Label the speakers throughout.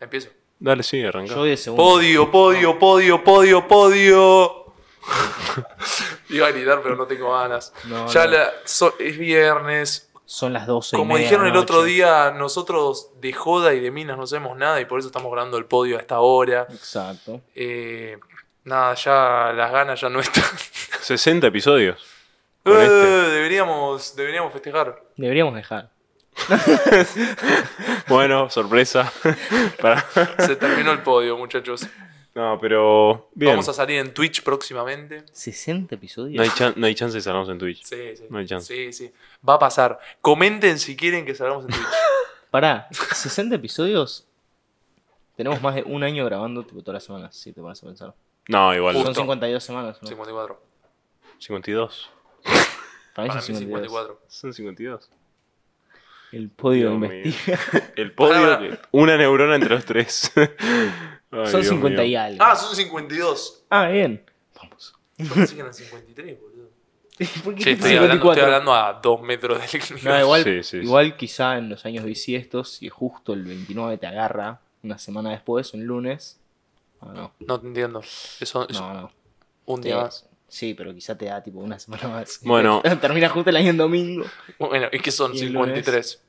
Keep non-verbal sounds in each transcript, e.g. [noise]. Speaker 1: Empiezo.
Speaker 2: Dale, sí, arranca.
Speaker 3: Yo voy de segundo.
Speaker 1: Podio, podio, podio, podio, podio. [laughs] Iba a gritar, pero no tengo ganas.
Speaker 3: No,
Speaker 1: ya
Speaker 3: no.
Speaker 1: la- so- es viernes.
Speaker 3: Son las 12. y
Speaker 1: Como
Speaker 3: media
Speaker 1: dijeron
Speaker 3: de
Speaker 1: el
Speaker 3: la
Speaker 1: otro
Speaker 3: noche.
Speaker 1: día, nosotros de joda y de minas no sabemos nada y por eso estamos grabando el podio a esta hora.
Speaker 3: Exacto.
Speaker 1: Eh, nada, ya las ganas ya no están.
Speaker 2: 60 episodios. Con
Speaker 1: Eh,
Speaker 2: este.
Speaker 1: deberíamos, deberíamos festejar.
Speaker 3: Deberíamos dejar.
Speaker 2: Bueno,
Speaker 3: [laughs]
Speaker 2: sorpresa. Para-
Speaker 1: Se terminó el podio, muchachos.
Speaker 2: No, pero. Bien.
Speaker 1: Vamos a salir en Twitch próximamente.
Speaker 3: 60 episodios.
Speaker 2: No hay, chan- no hay chance de salirnos en Twitch.
Speaker 1: Sí, sí.
Speaker 2: No hay chance.
Speaker 1: Sí, sí. Va a pasar. Comenten si quieren que salgamos en Twitch.
Speaker 3: Pará, 60 episodios. Tenemos más de un año grabando tipo todas las semanas, si te pones a pensar.
Speaker 2: No, igual.
Speaker 1: Justo.
Speaker 3: Son 52 semanas. ¿no?
Speaker 1: 54.
Speaker 2: 52.
Speaker 3: Para mí
Speaker 1: Para mí
Speaker 3: son 54.
Speaker 1: 54.
Speaker 2: Son 52.
Speaker 3: El podio
Speaker 2: Dios mío.
Speaker 3: investiga.
Speaker 2: [laughs] El podio.
Speaker 1: Pará,
Speaker 2: de- Una neurona entre los tres. [laughs] Ay,
Speaker 3: Son
Speaker 2: Dios
Speaker 3: 50 y
Speaker 2: mío.
Speaker 3: algo.
Speaker 1: Ah, son 52.
Speaker 3: Ah, bien. Vamos.
Speaker 1: Yo pensé que eran 53, boludo.
Speaker 3: ¿Por qué
Speaker 1: Sí, estoy
Speaker 3: 54?
Speaker 1: hablando, estoy hablando a dos metros del
Speaker 3: No, igual,
Speaker 2: Sí, sí, sí.
Speaker 3: igual quizá en los años bisiestos, si justo el 29 te agarra, una semana después, un lunes. Ah, no,
Speaker 1: No te entiendo. Eso, eso-
Speaker 3: no, no.
Speaker 1: un día
Speaker 3: Te-
Speaker 1: más.
Speaker 3: Eh, Sí, pero quizá te da tipo una semana más.
Speaker 1: [laughs]
Speaker 2: Bueno.
Speaker 3: [laughs] Termina justo el año en domingo.
Speaker 1: Bueno, es que son
Speaker 3: Y el lunes.
Speaker 1: 53.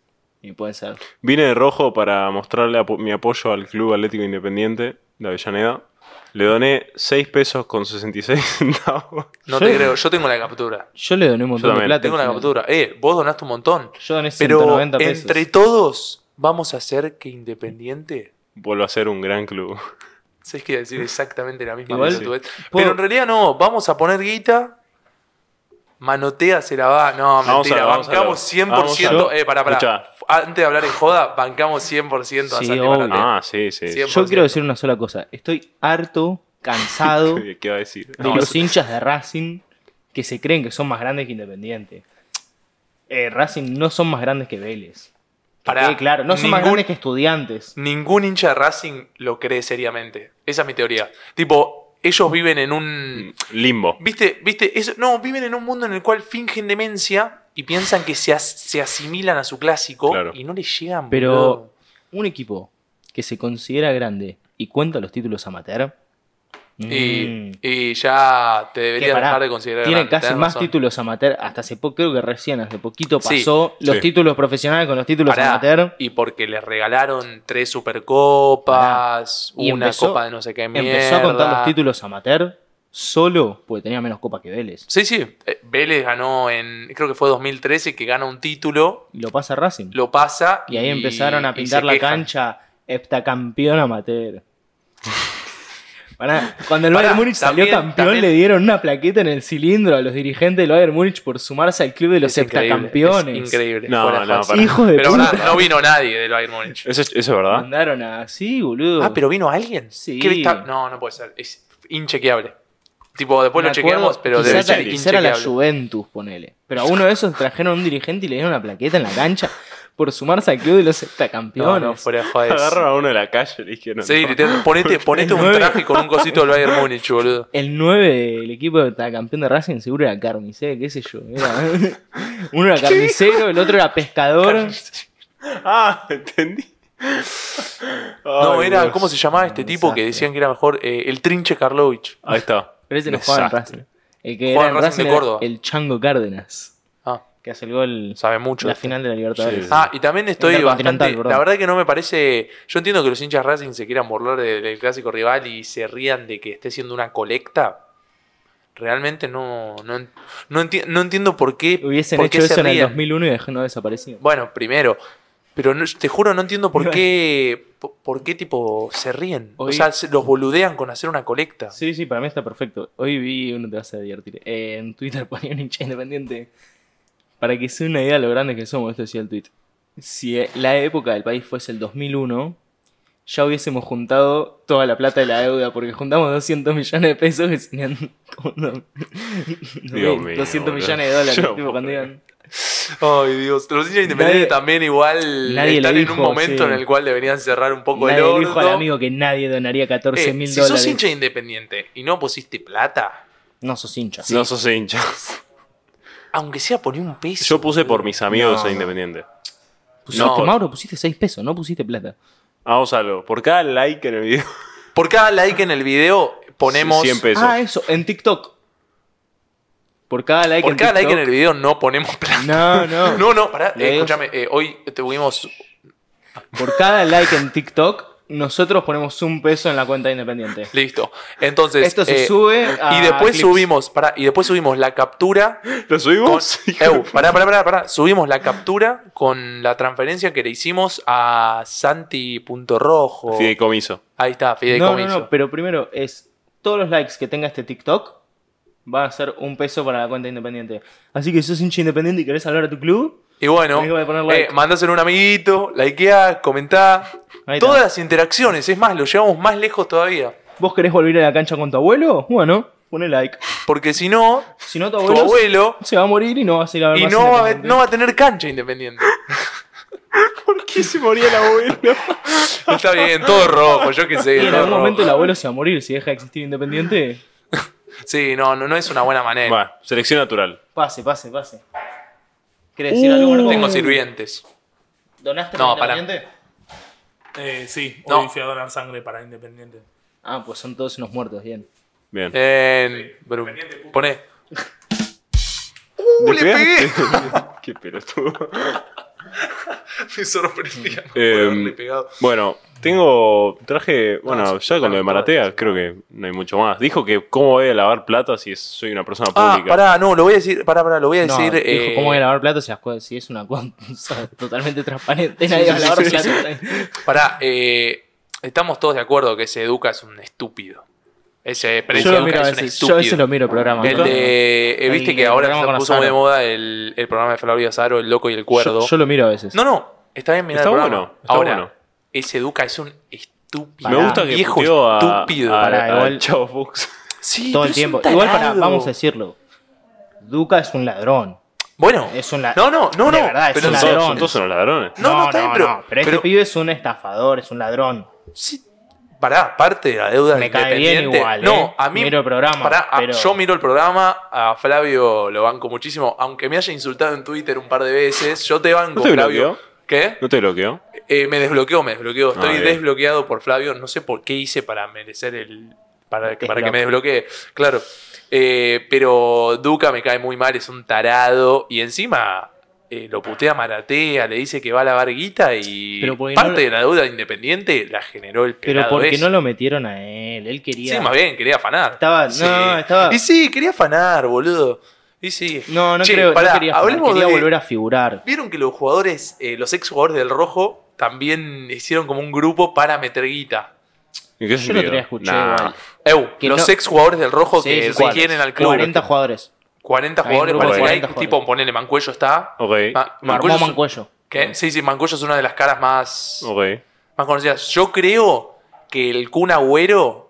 Speaker 3: Y puede ser.
Speaker 2: Vine de rojo para mostrarle apo- mi apoyo al Club Atlético Independiente de Avellaneda. Le doné 6 pesos con 66 centavos. [laughs]
Speaker 1: No
Speaker 3: Yo-
Speaker 1: te creo. Yo tengo la captura.
Speaker 3: Yo le doné un montón de
Speaker 2: también.
Speaker 3: plata.
Speaker 1: Tengo
Speaker 3: al
Speaker 1: la
Speaker 3: final.
Speaker 1: captura. Eh, vos donaste un montón.
Speaker 3: Yo doné
Speaker 1: Pero
Speaker 3: 190 pesos.
Speaker 1: entre todos vamos a hacer que Independiente
Speaker 2: Vuelvo a ser un gran club.
Speaker 1: Sabes que iba a decir exactamente la misma
Speaker 3: Igual,
Speaker 1: cosa. Pero
Speaker 3: puedo-
Speaker 1: en realidad no, vamos a poner guita. Manotea se la va. No,
Speaker 2: Vamos
Speaker 1: mentira,
Speaker 2: a- vamos a-
Speaker 1: bancamos 100%.
Speaker 2: vamos a-
Speaker 1: eh, pará, pará.
Speaker 2: Escuchá.
Speaker 1: Antes de hablar en joda, bancamos 100% a
Speaker 3: Sí,
Speaker 1: Santi
Speaker 3: obvio.
Speaker 1: Manotea.
Speaker 2: Ah, sí, sí.
Speaker 1: Siempre.
Speaker 3: Yo quiero decir una sola cosa. Estoy harto,
Speaker 1: [laughs]
Speaker 3: cansado de
Speaker 2: ¿Qué qué iba a decir?
Speaker 1: No,
Speaker 3: los hinchas de Racing que se creen que son más grandes que Independiente. Eh, Racing no son más grandes que Vélez. Que
Speaker 1: Pará,
Speaker 3: quede claro, no son más
Speaker 1: ningún-
Speaker 3: grandes que estudiantes.
Speaker 1: Ningún hincha de Racing lo cree seriamente. Esa es mi teoría. Tipo, ellos viven en un.
Speaker 2: mm, Limbo.
Speaker 1: ¿Viste? ¿Viste? Eso, no, viven en un mundo en el cual fingen demencia y piensan que se, as- se asimilan a su clásico
Speaker 2: Claro.
Speaker 1: y no les llegan.
Speaker 3: Pero
Speaker 1: boludo.
Speaker 3: un equipo que se considera grande y cuenta los títulos amateur.
Speaker 1: Y,
Speaker 3: mm,
Speaker 1: y ya te
Speaker 3: que
Speaker 1: deberías
Speaker 3: pará,
Speaker 1: dejar de considerar.
Speaker 3: tiene
Speaker 1: grande,
Speaker 3: casi
Speaker 1: tenés
Speaker 3: más
Speaker 1: razón.
Speaker 3: títulos amateur. Hasta hace poco, creo que recién, hace poquito
Speaker 1: Sí,
Speaker 3: pasó los
Speaker 2: sí.
Speaker 3: títulos profesionales con los títulos
Speaker 1: Pará,
Speaker 3: amateur.
Speaker 1: Y porque les regalaron tres supercopas,
Speaker 3: Pará. Y
Speaker 1: una
Speaker 3: empezó-
Speaker 1: copa de no sé qué mierda.
Speaker 3: Empezó a contar los títulos amateur solo porque tenía menos copa que Vélez.
Speaker 1: Sí, sí. Eh, Vélez ganó en. Creo que fue 2013 que gana un título,
Speaker 3: Y lo pasa Racing.
Speaker 1: lo pasa.
Speaker 3: y ahí empezaron a
Speaker 1: y
Speaker 3: pintar
Speaker 1: se
Speaker 3: la
Speaker 1: quejan.
Speaker 3: cancha heptacampeón
Speaker 1: [laughs]
Speaker 3: amateur. Pará, cuando el
Speaker 1: Pará,
Speaker 3: Bayern Múnich salió
Speaker 1: también-
Speaker 3: campeón
Speaker 1: también-
Speaker 3: le dieron una plaqueta en el cilindro a los dirigentes del Bayern Múnich por sumarse al club de los
Speaker 1: Es increíble,
Speaker 3: heptacampeones.
Speaker 1: es increíble.
Speaker 2: No,
Speaker 1: Fuera de
Speaker 2: no,
Speaker 1: joda.
Speaker 2: pará.
Speaker 3: Hijo de
Speaker 1: Pero
Speaker 3: puta.
Speaker 1: pará,
Speaker 3: [laughs]
Speaker 1: no vino nadie del Bayern Múnich.
Speaker 2: ¿Eso es, eso es [laughs] verdad?
Speaker 3: Mandaron así, boludo.
Speaker 1: Ah, pero vino alguien.
Speaker 3: Sí.
Speaker 1: ¿Qué está- No, no puede ser. Es inchequeable. Tipo, después
Speaker 3: Me
Speaker 1: lo
Speaker 3: acuerdo,
Speaker 1: chequeamos, pero
Speaker 3: quizá
Speaker 1: debe
Speaker 3: era-
Speaker 1: ser
Speaker 3: quizá era la
Speaker 1: inchequeable.
Speaker 3: Juventus, ponele. Pero a uno de esos trajeron a un dirigente y le dieron una plaqueta en la cancha por sumarse al club de los
Speaker 1: No,
Speaker 3: heptacampeones.
Speaker 1: no, fuera de
Speaker 2: [laughs]
Speaker 1: joda. es-
Speaker 2: Agarraron a uno de la calle y le dijeron.
Speaker 1: Sí,
Speaker 2: no.
Speaker 1: literal, ponete,
Speaker 3: [laughs]
Speaker 1: ponete un
Speaker 3: nueve.
Speaker 1: traje con un cosito del Bayern Múnich, boludo.
Speaker 3: El 9 del equipo de campeón de Racing seguro era carnicero, qué sé yo. era- [laughs] uno era carnicero, el otro era pescador.
Speaker 2: [laughs] Ah, [laughs] entendí.
Speaker 1: No,
Speaker 2: Ay,
Speaker 1: era,
Speaker 2: Dios.
Speaker 1: ¿cómo se llamaba este
Speaker 3: Un
Speaker 1: tipo que
Speaker 3: desastre.
Speaker 1: decían que era mejor? Eh, el Trinche Karlovich.
Speaker 2: Ahí está.
Speaker 3: Pero ese no jugaba en
Speaker 2: Desastre.
Speaker 3: Racing. El que
Speaker 1: Jugaba
Speaker 3: era
Speaker 1: en
Speaker 3: en
Speaker 1: Racing
Speaker 3: Racing
Speaker 1: de
Speaker 3: era
Speaker 1: Córdoba.
Speaker 3: el Chango Cárdenas,
Speaker 1: Ah,
Speaker 3: que hace el gol
Speaker 1: sabe mucho.
Speaker 3: la final de la Libertadores.
Speaker 2: Sí.
Speaker 1: Ah, y también estoy bastante.
Speaker 3: Intercontinental, perdón.
Speaker 1: La verdad que no me parece. Yo entiendo que los hinchas Racing se quieran burlar de- del clásico rival y se rían de que esté siendo una colecta. Realmente no, no, en- no, enti- no entiendo por qué.
Speaker 3: Hubiesen
Speaker 1: por qué
Speaker 3: hecho
Speaker 1: se
Speaker 3: eso en el
Speaker 1: ríen.
Speaker 3: 2001 y dejó no desaparecido.
Speaker 1: Bueno, primero. Pero no- te juro, no entiendo por qué. por- ¿Por qué tipo se ríen? O
Speaker 3: Hoy-
Speaker 1: sea, se- los boludean con hacer una colecta.
Speaker 3: Sí, sí, para mí está perfecto. Hoy vi uno te vas a divertir. Eh, en Twitter [laughs] ponía un hincha independiente. Para que se den una idea de lo grandes que somos, esto decía el tweet. Si eh, la época del país fuese el 2001, ya hubiésemos juntado toda la plata de la deuda, porque juntamos 200 millones de pesos que serían [laughs] como no-
Speaker 2: Dios mío,
Speaker 3: 200
Speaker 2: boludo.
Speaker 3: millones de dólares.
Speaker 2: Yo no
Speaker 3: tipo,
Speaker 2: puedo
Speaker 3: cuando
Speaker 2: creer.
Speaker 3: iban-
Speaker 1: Ay, Dios. Los hinchas independientes
Speaker 3: Nadie-
Speaker 1: también igual
Speaker 3: nadie
Speaker 1: están
Speaker 3: le
Speaker 1: en un
Speaker 3: dijo,
Speaker 1: momento
Speaker 3: sí.
Speaker 1: en el cual deberían cerrar un poco el
Speaker 3: nadie
Speaker 1: orto.
Speaker 3: dijo al amigo que nadie donaría 14
Speaker 1: Eh,
Speaker 3: mil
Speaker 1: si
Speaker 3: dólares.
Speaker 1: sos hincha independiente y no pusiste plata,
Speaker 3: No sos hincha.
Speaker 2: No sos hinchas.
Speaker 1: aunque sea poné un peso.
Speaker 2: [laughs] Yo puse por mis amigos
Speaker 1: No,
Speaker 2: a
Speaker 1: no.
Speaker 2: Independiente.
Speaker 3: Pusiste,
Speaker 1: No.
Speaker 3: Mauro, pusiste 6 pesos, no pusiste plata.
Speaker 2: Vamos a lo. Por cada like en el [laughs] video.
Speaker 1: Por cada like en el video ponemos...
Speaker 2: 100 pesos.
Speaker 3: Ah, eso, en TikTok. Por cada like
Speaker 1: por
Speaker 3: en
Speaker 1: cada like en
Speaker 3: TikTok.
Speaker 1: el video no ponemos plata. [laughs]
Speaker 3: No, no.
Speaker 1: No, no, pará. eh,
Speaker 3: Es-
Speaker 1: escúchame, eh, hoy tuvimos...
Speaker 3: Por cada like en TikTok, nosotros ponemos un peso en la cuenta de independiente.
Speaker 1: Listo. Entonces...
Speaker 3: Esto se
Speaker 1: eh,
Speaker 3: sube a
Speaker 1: Y después
Speaker 3: Ah, clips.
Speaker 1: subimos, pará, y después subimos la
Speaker 3: [laughs]
Speaker 1: captura
Speaker 2: ¿Lo
Speaker 1: Con-
Speaker 2: subimos? [laughs] Hijo
Speaker 1: Ew,
Speaker 2: de-
Speaker 1: pará, pará, pará, pará. Subimos la captura con la transferencia que le hicimos a Santi.rojo.
Speaker 2: [laughs] Fideicomiso.
Speaker 1: Ahí está,
Speaker 3: No,
Speaker 1: fideicomiso.
Speaker 3: no, no, pero primero es todos los likes que tenga este TikTok va a ser un peso para la cuenta independiente. Así que si sos hincha independiente y querés hablar a tu club,
Speaker 1: Y bueno,
Speaker 3: Tenés que poner
Speaker 1: eh,
Speaker 3: like.
Speaker 1: mandáselo a un amiguito, likeá, comentá.
Speaker 3: Ahí está.
Speaker 1: Todas las interacciones, es más, lo llevamos más lejos todavía.
Speaker 3: vos querés volver a la cancha con tu abuelo, bueno, pone like.
Speaker 1: Porque si no,
Speaker 3: Si no, tu
Speaker 1: tu
Speaker 3: abuelo,
Speaker 1: abuelo
Speaker 3: se va a morir y no vas a ir a ver
Speaker 1: y
Speaker 3: más
Speaker 1: no va, a,
Speaker 3: Independiente.
Speaker 1: no va a tener cancha independiente.
Speaker 2: ¿Por qué se moría el abuelo?
Speaker 1: está bien, todo rojo, yo qué sé.
Speaker 3: [laughs] Y en
Speaker 1: todo
Speaker 3: algún
Speaker 1: rojo.
Speaker 3: momento el abuelo se va a morir si deja de existir independiente.
Speaker 1: Sí, no, no, no es una buena manera.
Speaker 2: Va, selección natural.
Speaker 3: Pase, pase, pase. ¿Querés decir algo, Marco?
Speaker 1: Tengo sirvientes.
Speaker 3: ¿Donaste
Speaker 1: No,
Speaker 3: para
Speaker 1: pará.
Speaker 3: Independiente?
Speaker 4: Eh, sí,
Speaker 1: No.
Speaker 4: hoy fui a donar sangre para Independiente.
Speaker 3: Ah, pues son todos unos muertos, bien.
Speaker 2: Bien.
Speaker 1: En- pero- poné.
Speaker 2: uh, ¿Le
Speaker 1: le pegué!
Speaker 2: pegaste? [laughs] qué pelotudo.
Speaker 1: Me sorprendía. por
Speaker 2: [laughs] Eh,
Speaker 1: haberle pegado.
Speaker 2: Bueno, tengo. Traje. Bueno, ya con lo de Maratea, creo que no hay mucho más. Dijo que cómo voy a lavar plata si es- soy una persona
Speaker 1: Ah,
Speaker 2: pública.
Speaker 1: pará, no, lo voy a decir, pará, pará, lo voy a
Speaker 3: No,
Speaker 1: decir.
Speaker 3: dijo,
Speaker 1: eh,
Speaker 3: ¿cómo voy a lavar platos si, las cosas- si es una [laughs] cuenta totalmente transparente? Nadie va a lavar platos.
Speaker 1: Pará, eh, estamos todos de acuerdo que ese Educa es un estúpido. Ese Pérez
Speaker 3: yo, lo
Speaker 1: Educa
Speaker 3: miro a
Speaker 1: es un
Speaker 3: veces, yo
Speaker 1: estúpido.
Speaker 3: a veces lo miro el programa.
Speaker 1: El
Speaker 3: ¿no?
Speaker 1: de. eh, Viste
Speaker 3: El
Speaker 1: que ahora
Speaker 3: programa
Speaker 1: se
Speaker 3: con
Speaker 1: puso muy
Speaker 3: Azaro.
Speaker 1: de moda el, el programa de Flavio Azaro, El Loco y el Cuerdo.
Speaker 3: Yo, yo lo miro a veces.
Speaker 1: No, no, está bien, mirá
Speaker 2: Está
Speaker 1: el programa.
Speaker 2: bueno, está
Speaker 1: ahora,
Speaker 2: bueno.
Speaker 1: ese Educa es un estúpido.
Speaker 2: Me gusta que
Speaker 1: viejo
Speaker 2: puteó a,
Speaker 1: estúpido.
Speaker 2: a-
Speaker 3: Pará,
Speaker 2: a
Speaker 3: igual-
Speaker 2: Chavo Fox.
Speaker 1: Sí,
Speaker 3: todo
Speaker 1: pero es
Speaker 3: el
Speaker 1: un
Speaker 3: tiempo. Igual para,
Speaker 1: tarado.
Speaker 3: vamos a decirlo. Duca es un ladrón.
Speaker 1: Bueno,
Speaker 3: Es un la-
Speaker 1: no, no, no,
Speaker 3: de
Speaker 1: no,
Speaker 3: verdad, es
Speaker 1: pero en
Speaker 2: Son
Speaker 3: un
Speaker 2: todos,
Speaker 1: serio,
Speaker 3: ladrón.
Speaker 2: son todos unos ladrones.
Speaker 1: No, no, está bien, pero-
Speaker 3: pero este
Speaker 1: pero-
Speaker 3: pibe es un estafador, es un ladrón.
Speaker 1: Sí. Pará, parte de la deuda
Speaker 3: Me
Speaker 1: del
Speaker 3: cae bien
Speaker 1: Independiente.
Speaker 3: igual,
Speaker 1: No,
Speaker 3: ¿eh?
Speaker 1: a mí.
Speaker 3: Miro el programa,
Speaker 1: pará, a-
Speaker 3: pero-
Speaker 1: Yo miro el programa, a Flavio lo banco muchísimo. Aunque me haya insultado en Twitter un par de veces, yo te banco,
Speaker 2: ¿No te
Speaker 1: Flavio.
Speaker 2: bloqueó?
Speaker 1: ¿Qué?
Speaker 2: No te bloqueo.
Speaker 1: Eh, me desbloqueó, me desbloqueó. Estoy
Speaker 2: Ah, bien.
Speaker 1: desbloqueado por Flavio. No sé por qué hice para merecer el. Para que, para que me desbloquee. Claro. Eh, pero Duca me cae muy mal, es un tarado. Y encima eh, lo putea Maratea, le dice que va a lavar guita y
Speaker 3: Pero porque no
Speaker 1: parte
Speaker 3: lo-
Speaker 1: de la deuda independiente la generó el
Speaker 3: Pero
Speaker 1: pelado
Speaker 3: porque
Speaker 1: ese.
Speaker 3: no lo metieron a él. Él quería.
Speaker 1: Sí, más bien, quería afanar.
Speaker 3: Estaba- no,
Speaker 1: Sí.
Speaker 3: estaba-
Speaker 1: Y sí, quería afanar, boludo. Y sí.
Speaker 3: No, no
Speaker 1: Che,
Speaker 3: creo.
Speaker 1: pará,
Speaker 3: no quería, afanar,
Speaker 1: hablemos
Speaker 3: quería
Speaker 1: de-
Speaker 3: volver a figurar.
Speaker 1: Vieron que los jugadores, eh, los ex jugadores del Rojo, también hicieron como un grupo para meter guita.
Speaker 2: ¿En qué
Speaker 3: Yo el
Speaker 2: sentido?
Speaker 3: otro día escuché
Speaker 2: Nah.
Speaker 3: igual.
Speaker 1: Eu,
Speaker 3: Que
Speaker 1: los
Speaker 3: no-
Speaker 1: ex jugadores del Rojo
Speaker 3: Sí,
Speaker 1: que
Speaker 3: sí, sí.
Speaker 1: requieren al club. 40,
Speaker 3: 40 jugadores. Hay un
Speaker 1: jugadores
Speaker 3: grupo
Speaker 1: para
Speaker 2: de
Speaker 1: que hay
Speaker 3: 40
Speaker 1: tipo, ponele Mancuello está.
Speaker 2: Ok,
Speaker 1: Ma-
Speaker 3: Marcó
Speaker 1: es un-
Speaker 3: Mancuello.
Speaker 1: ¿Qué? Sí, sí, Mancuello es una de las caras más,
Speaker 2: ok.
Speaker 1: más conocidas. Yo creo que el Kun Agüero,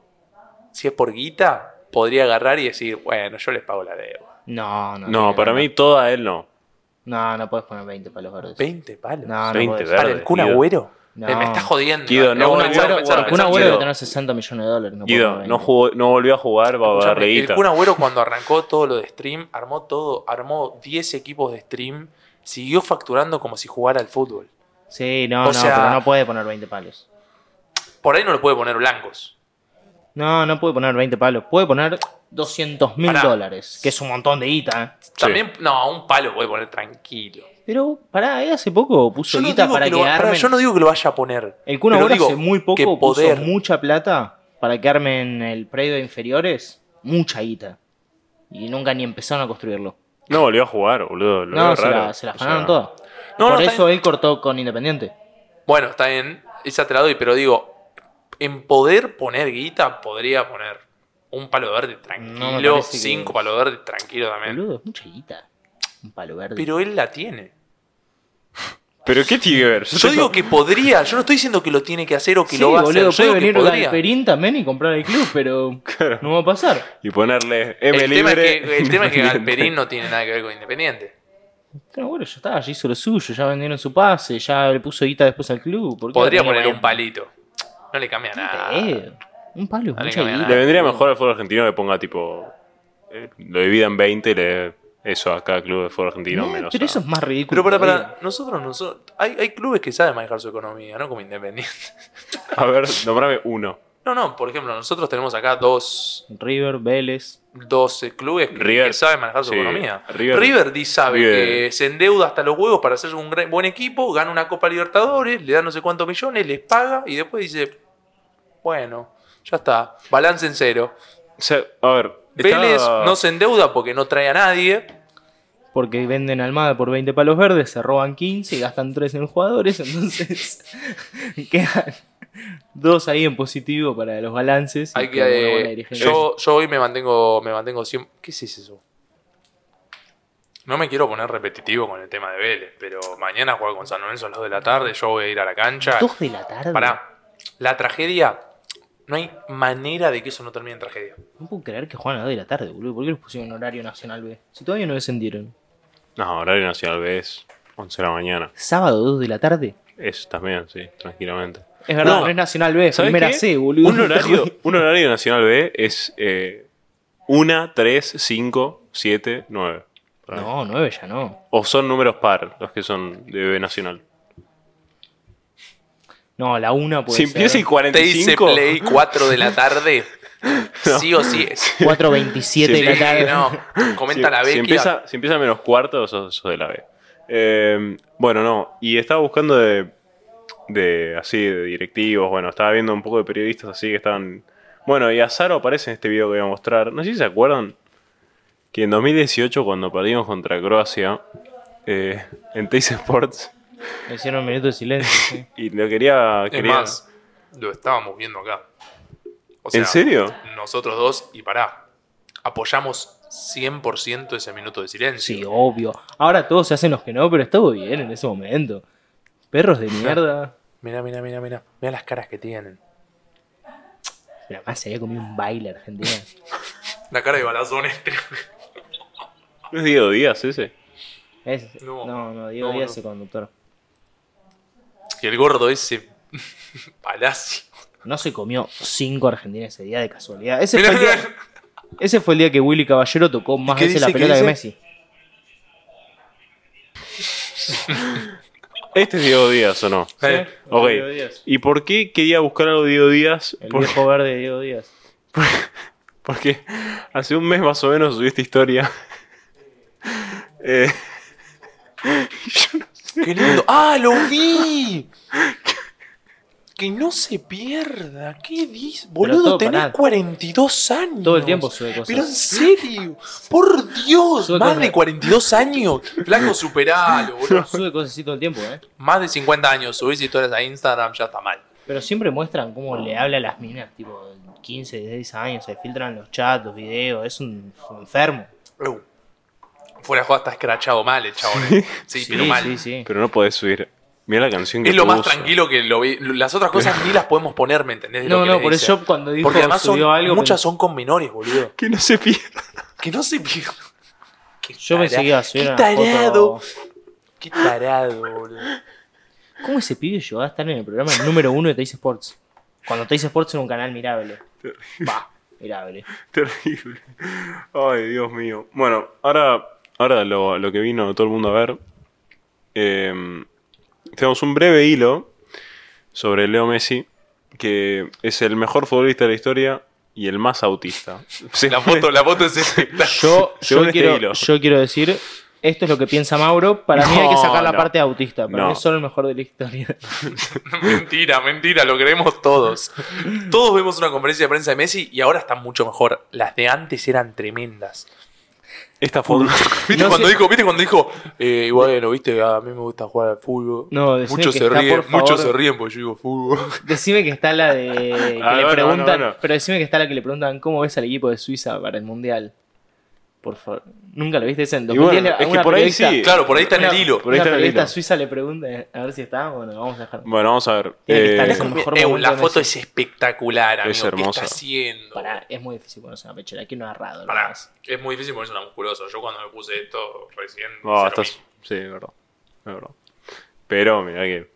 Speaker 1: si es por guita, podría agarrar y decir, bueno, yo les pago la deuda.
Speaker 3: No, no.
Speaker 2: No, para
Speaker 3: no.
Speaker 2: mí toda él no.
Speaker 3: No, no puedes poner 20 palos verdes.
Speaker 1: 20 palos.
Speaker 3: No, no
Speaker 2: 20
Speaker 3: podés.
Speaker 2: verdes.
Speaker 1: ¿Para el pues, Kun
Speaker 2: Guido.
Speaker 1: Agüero?
Speaker 3: No.
Speaker 1: Eh, Me está jodiendo.
Speaker 2: Guido, no,
Speaker 1: Eh,
Speaker 2: un
Speaker 1: pensá,
Speaker 2: Agüero-
Speaker 1: pensá,
Speaker 2: Bueno,
Speaker 1: pensá,
Speaker 3: Un abuelo
Speaker 1: Guido.
Speaker 3: debe tener 60 millones de dólares. No puede
Speaker 2: Guido,
Speaker 3: poner
Speaker 2: no,
Speaker 3: 20.
Speaker 2: jugó, no volvió a jugar, va a dar
Speaker 1: Escuchame, El
Speaker 2: reguita.
Speaker 1: Kun Agüero cuando arrancó todo lo de stream, armó todo, armó 10 equipos de stream, siguió facturando como si jugara al fútbol.
Speaker 3: Sí, no,
Speaker 1: O
Speaker 3: no,
Speaker 1: sea-
Speaker 3: pero no puede poner 20 palos.
Speaker 1: Por ahí no lo puede poner blancos.
Speaker 3: No, no puede poner 20 palos. Puede poner 200 mil
Speaker 1: Pará.
Speaker 3: dólares, que es un montón de guita. ¿eh?
Speaker 1: También, no, un palo puede poner tranquilo.
Speaker 3: Pero pará, él hace poco puso
Speaker 1: Yo no,
Speaker 3: guita
Speaker 1: digo
Speaker 3: para
Speaker 1: que
Speaker 3: que,
Speaker 1: lo, pará,
Speaker 3: armen.
Speaker 1: yo no digo que lo vaya a poner.
Speaker 3: El Kun
Speaker 1: pero
Speaker 3: Agüero
Speaker 1: digo
Speaker 3: hace muy
Speaker 1: que
Speaker 3: poco
Speaker 1: poder.
Speaker 3: puso mucha plata para que armen el predio de inferiores. Mucha guita. Y nunca ni empezaron a construirlo.
Speaker 2: No volvió a jugar, boludo. Lo
Speaker 3: No,
Speaker 2: veo
Speaker 3: se
Speaker 2: raro.
Speaker 3: la, se la
Speaker 2: O sea,
Speaker 3: afanaron toda.
Speaker 1: No, no,
Speaker 3: Por
Speaker 1: está Eh.
Speaker 3: eso él cortó con Independiente.
Speaker 1: Bueno, está bien, esa te la doy, pero digo, en poder poner guita, podría poner un palo verde
Speaker 3: No, me
Speaker 1: tranquilo,
Speaker 3: parece que-
Speaker 1: cinco palos verdes tranquilo también.
Speaker 3: Boludo, es mucha guita. Un palo verde.
Speaker 1: Pero él la tiene.
Speaker 2: Pero qué tiene que ver.
Speaker 1: Yo digo que podría, yo no estoy diciendo que lo tiene que hacer o que
Speaker 3: Sí,
Speaker 1: lo va
Speaker 3: boludo,
Speaker 1: a hacer.
Speaker 3: puede
Speaker 1: Yo digo
Speaker 3: venir
Speaker 1: que podría.
Speaker 3: Galperín también y comprar el club,
Speaker 1: [laughs]
Speaker 3: pero no va a pasar.
Speaker 2: Y ponerle M
Speaker 1: el
Speaker 2: libre.
Speaker 1: tema, es que, el tema
Speaker 2: [laughs]
Speaker 1: es que
Speaker 2: independiente.
Speaker 1: Galperín no tiene nada que ver con Independiente.
Speaker 3: Pero bueno, ya está, ya hizo lo suyo, ya vendieron su pase, ya le puso guita después al club. ¿por qué
Speaker 1: Podría
Speaker 3: no tenía
Speaker 1: poner un
Speaker 3: más?
Speaker 1: palito. No le cambia nada.
Speaker 3: Eh, Un palo,
Speaker 1: ah, No le
Speaker 3: mucha
Speaker 1: cambia
Speaker 3: guita.
Speaker 2: Le vendría mejor al fútbol argentino que ponga tipo. eh, lo divida en 20 y le dé eso a cada club de fútbol argentino
Speaker 3: Eh,
Speaker 2: menos.
Speaker 3: pero
Speaker 2: a-
Speaker 3: eso es más ridículo. Eh,
Speaker 1: Pero para,
Speaker 3: todavía.
Speaker 1: para, nosotros, nosotros hay, hay clubes que saben manejar su economía, no como Independiente. [laughs]
Speaker 2: A ver, nombrame uno.
Speaker 1: No, no, por ejemplo, nosotros tenemos acá dos,
Speaker 3: River, Vélez.
Speaker 1: 12 clubes que,
Speaker 2: River.
Speaker 1: que saben manejar su
Speaker 2: Sí,
Speaker 1: economía.
Speaker 2: River.
Speaker 1: River, di- sabe
Speaker 2: River.
Speaker 1: que se endeuda hasta los huevos para hacer un gran- buen equipo, gana una Copa Libertadores, le da no sé cuántos millones, les paga y después dice, bueno, ya está, balance en cero.
Speaker 2: O sea, a ver.
Speaker 1: Vélez
Speaker 2: está-
Speaker 1: no se endeuda porque no trae a nadie.
Speaker 3: Porque venden Almada por 20 palos verdes, se roban 15 y gastan 3 en jugadores, [laughs] entonces quedan dos ahí en positivo para los balances. y
Speaker 1: Hay que,
Speaker 3: queda una buena
Speaker 1: eh,
Speaker 3: dirigencia.
Speaker 1: yo, yo hoy me mantengo, me mantengo siempre... ¿Qué es eso? No me quiero poner repetitivo con el tema de Vélez, pero mañana juega con San Lorenzo a las 2 de la tarde, yo voy a ir a la cancha.
Speaker 3: Dos de la tarde.
Speaker 1: Pará, la tragedia, no hay manera de que eso no termine en tragedia.
Speaker 3: No puedo creer que juegan a las 2 de la tarde, boludo. ¿Por qué los pusieron en horario nacional B? Si todavía no descendieron.
Speaker 2: No, horario nacional B es 11 de la mañana.
Speaker 3: Sábado 2 de la tarde.
Speaker 2: Eso también, sí, tranquilamente.
Speaker 3: Es verdad,
Speaker 2: No.
Speaker 3: no, es nacional B, es
Speaker 2: ¿Sabés
Speaker 3: primera
Speaker 2: qué?
Speaker 3: C, boludo.
Speaker 2: Un
Speaker 3: [laughs]
Speaker 2: horario, un horario nacional B es eh, 1, 3, 5, 7, 9.
Speaker 3: No, 9 ya no.
Speaker 2: O son números par los que son de B nacional.
Speaker 3: No, la 1 puede
Speaker 2: si
Speaker 3: ser.
Speaker 2: empieza el
Speaker 1: Te dice
Speaker 2: 45,
Speaker 1: Play 4 de la tarde, sí o sí es.
Speaker 3: 4.27 de la
Speaker 1: Sí,
Speaker 3: tarde.
Speaker 1: no, comenta
Speaker 2: si,
Speaker 1: la
Speaker 2: si
Speaker 1: Becky.
Speaker 2: empieza, si empieza menos cuarto, sos, sos de la B. Eh, bueno, no. Y estaba buscando de, de así, de directivos. Bueno, estaba viendo un poco de periodistas así que estaban. Bueno, y Azaro aparece en este video que voy a mostrar. No sé si se acuerdan que en 2018, cuando perdimos contra Croacia eh, en Teis Sports,
Speaker 3: Me hicieron un minuto de silencio. sí.
Speaker 2: y lo quería.
Speaker 1: es
Speaker 2: quería-
Speaker 1: más, lo estábamos viendo acá. O sea,
Speaker 2: ¿En serio?
Speaker 1: Nosotros dos, y pará, apoyamos 100% ese minuto de silencio.
Speaker 3: Sí, obvio. Ahora todos se hacen los que no, pero estuvo bien en ese momento. Perros de
Speaker 2: [laughs]
Speaker 3: mierda.
Speaker 1: Mirá, mirá, mirá, mirá. Mirá las caras que tienen.
Speaker 3: La más se había comido un baile argentina.
Speaker 1: La cara de balazón este.
Speaker 2: ¿No es Diego Díaz ese?
Speaker 1: [laughs]
Speaker 3: Es-
Speaker 1: No.
Speaker 3: no, no, Diego
Speaker 1: No,
Speaker 3: Díaz
Speaker 1: no.
Speaker 3: es el conductor.
Speaker 1: [laughs] Y el gordo ese. [laughs] Palacio.
Speaker 3: No se comió cinco argentinas ese día de casualidad. Ese,
Speaker 1: Mirá,
Speaker 3: fue
Speaker 1: [laughs]
Speaker 3: el,
Speaker 1: mirá.
Speaker 3: día, ese fue el día que Willy Caballero tocó más
Speaker 2: qué
Speaker 3: veces la
Speaker 2: dice? ¿Qué
Speaker 3: pelota que
Speaker 2: dice?
Speaker 3: Messi.
Speaker 2: Este es Diego Díaz o no?
Speaker 1: Eh,
Speaker 2: Ok.
Speaker 3: Diego Díaz.
Speaker 2: ¿Y por qué quería buscar algo de Diego Díaz?
Speaker 3: El
Speaker 2: Por-
Speaker 3: viejo verde de
Speaker 2: [laughs]
Speaker 3: Diego Díaz.
Speaker 2: Porque hace un mes más o menos subí esta historia. Eh,
Speaker 1: ¡Qué lindo! ¡Ah, lo vi! Que no se pierda. ¿Qué dices? Boludo,
Speaker 3: todo
Speaker 1: tenés
Speaker 3: pará.
Speaker 1: 42 años.
Speaker 3: Todo el tiempo sube cosas.
Speaker 1: Pero en serio. Por Dios.
Speaker 3: Sube
Speaker 1: más
Speaker 3: cosas.
Speaker 1: de 42 años. Flaco, superalo,
Speaker 3: [laughs]
Speaker 1: boludo.
Speaker 3: Sube cosas así todo el tiempo, ¿eh?
Speaker 1: Más de 50 años. Subís historias a Instagram, ya está mal.
Speaker 3: Pero siempre muestran cómo le habla a las minas, tipo 15, 16 años, se filtran los chats, los videos, es un un enfermo.
Speaker 1: Uh. Fuera de joda está escrachado mal el chabón. eh. Sí, pero mal.
Speaker 3: sí, sí.
Speaker 2: pero no podés subir. Mira la canción que
Speaker 1: Es lo más
Speaker 2: puso.
Speaker 1: tranquilo que lo vi. Las otras cosas ni las podemos poner, ¿me entendés? de lo
Speaker 3: No,
Speaker 1: que
Speaker 3: no,
Speaker 1: les
Speaker 3: por
Speaker 1: dice.
Speaker 3: eso cuando dijo
Speaker 1: Porque además son-
Speaker 3: subió algo,
Speaker 1: muchas
Speaker 3: pens-
Speaker 1: son con menores, boludo.
Speaker 2: Que no se pierda. [laughs]
Speaker 1: Que no se pierda. Qué
Speaker 3: yo pensé
Speaker 1: tara-
Speaker 3: que iba a subir
Speaker 1: qué
Speaker 3: una
Speaker 1: tarado.
Speaker 3: [laughs] foto-
Speaker 1: Qué tarado, boludo.
Speaker 3: ¿Cómo ese pibe llegó a estar en el programa número uno de Tays Sports? Cuando Tays Sports era un
Speaker 2: [laughs]
Speaker 3: canal mirable. Va, mirable.
Speaker 2: Terrible. Ay, Dios mío. Bueno, ahora, ahora lo, lo que vino todo el mundo a ver. eh, tenemos un breve hilo sobre Leo Messi, que es el mejor futbolista de la historia y el
Speaker 1: [laughs]
Speaker 2: más autista.
Speaker 1: La foto, la foto es esta.
Speaker 3: Yo,
Speaker 2: Según
Speaker 3: yo
Speaker 2: este hilo.
Speaker 3: quiero, yo quiero decir, esto es lo que piensa Mauro, para mí hay que
Speaker 2: No,
Speaker 3: sacar la
Speaker 2: no.
Speaker 3: parte autista, para
Speaker 2: No.
Speaker 3: mí es solo el mejor de la historia.
Speaker 1: [laughs] mentira, mentira, lo creemos todos. Todos vemos una conferencia de prensa de Messi y ahora están mucho mejor. Las de antes eran tremendas.
Speaker 2: Esta
Speaker 1: [laughs]
Speaker 2: foto.
Speaker 1: ¿Viste
Speaker 3: No
Speaker 1: cuando
Speaker 3: sé-
Speaker 1: dijo, viste cuando dijo, eh, y bueno, viste, a mí me gusta jugar al fútbol?
Speaker 3: No, decime
Speaker 1: muchos
Speaker 3: que
Speaker 1: se
Speaker 3: está,
Speaker 1: ríen,
Speaker 3: por favor.
Speaker 1: muchos se ríen porque yo digo fútbol.
Speaker 3: Decime que está
Speaker 2: [laughs]
Speaker 3: la de. que
Speaker 2: Ah,
Speaker 3: le
Speaker 2: bueno,
Speaker 3: preguntan.
Speaker 2: bueno, bueno.
Speaker 3: Pero decime que está la que le preguntan cómo ves al equipo de Suiza para el mundial. Por favor. Nunca lo viste ese en
Speaker 2: Y bueno,
Speaker 3: 2010
Speaker 2: es que
Speaker 3: alguna
Speaker 2: por ahí
Speaker 3: periodista-
Speaker 2: sí.
Speaker 1: Claro, por ahí está en
Speaker 3: una-
Speaker 1: el hilo.
Speaker 2: Por ahí
Speaker 3: una
Speaker 2: está en el
Speaker 3: periodista
Speaker 2: hilo.
Speaker 3: suiza le pregunta a ver si está. Bueno, vamos a dejar.
Speaker 2: Bueno, vamos a ver.
Speaker 3: Tiene que estar
Speaker 2: Eh,
Speaker 3: Es ese el mejor
Speaker 1: Eh,
Speaker 3: momento
Speaker 1: la
Speaker 3: de
Speaker 1: foto es
Speaker 3: Messi.
Speaker 1: espectacular, amigo.
Speaker 2: Es
Speaker 1: ¿Qué
Speaker 2: hermosa.
Speaker 1: está haciendo?
Speaker 3: Pará, es muy difícil conocer una pechera. Aquí no ha errado.
Speaker 1: Pará,
Speaker 3: ¿no?
Speaker 1: Es muy difícil ponerse una musculosa. Yo cuando me puse esto recién.
Speaker 2: Ah,
Speaker 1: hice lo
Speaker 2: estás- Sí, es verdad. Es verdad. Pero, mirá que.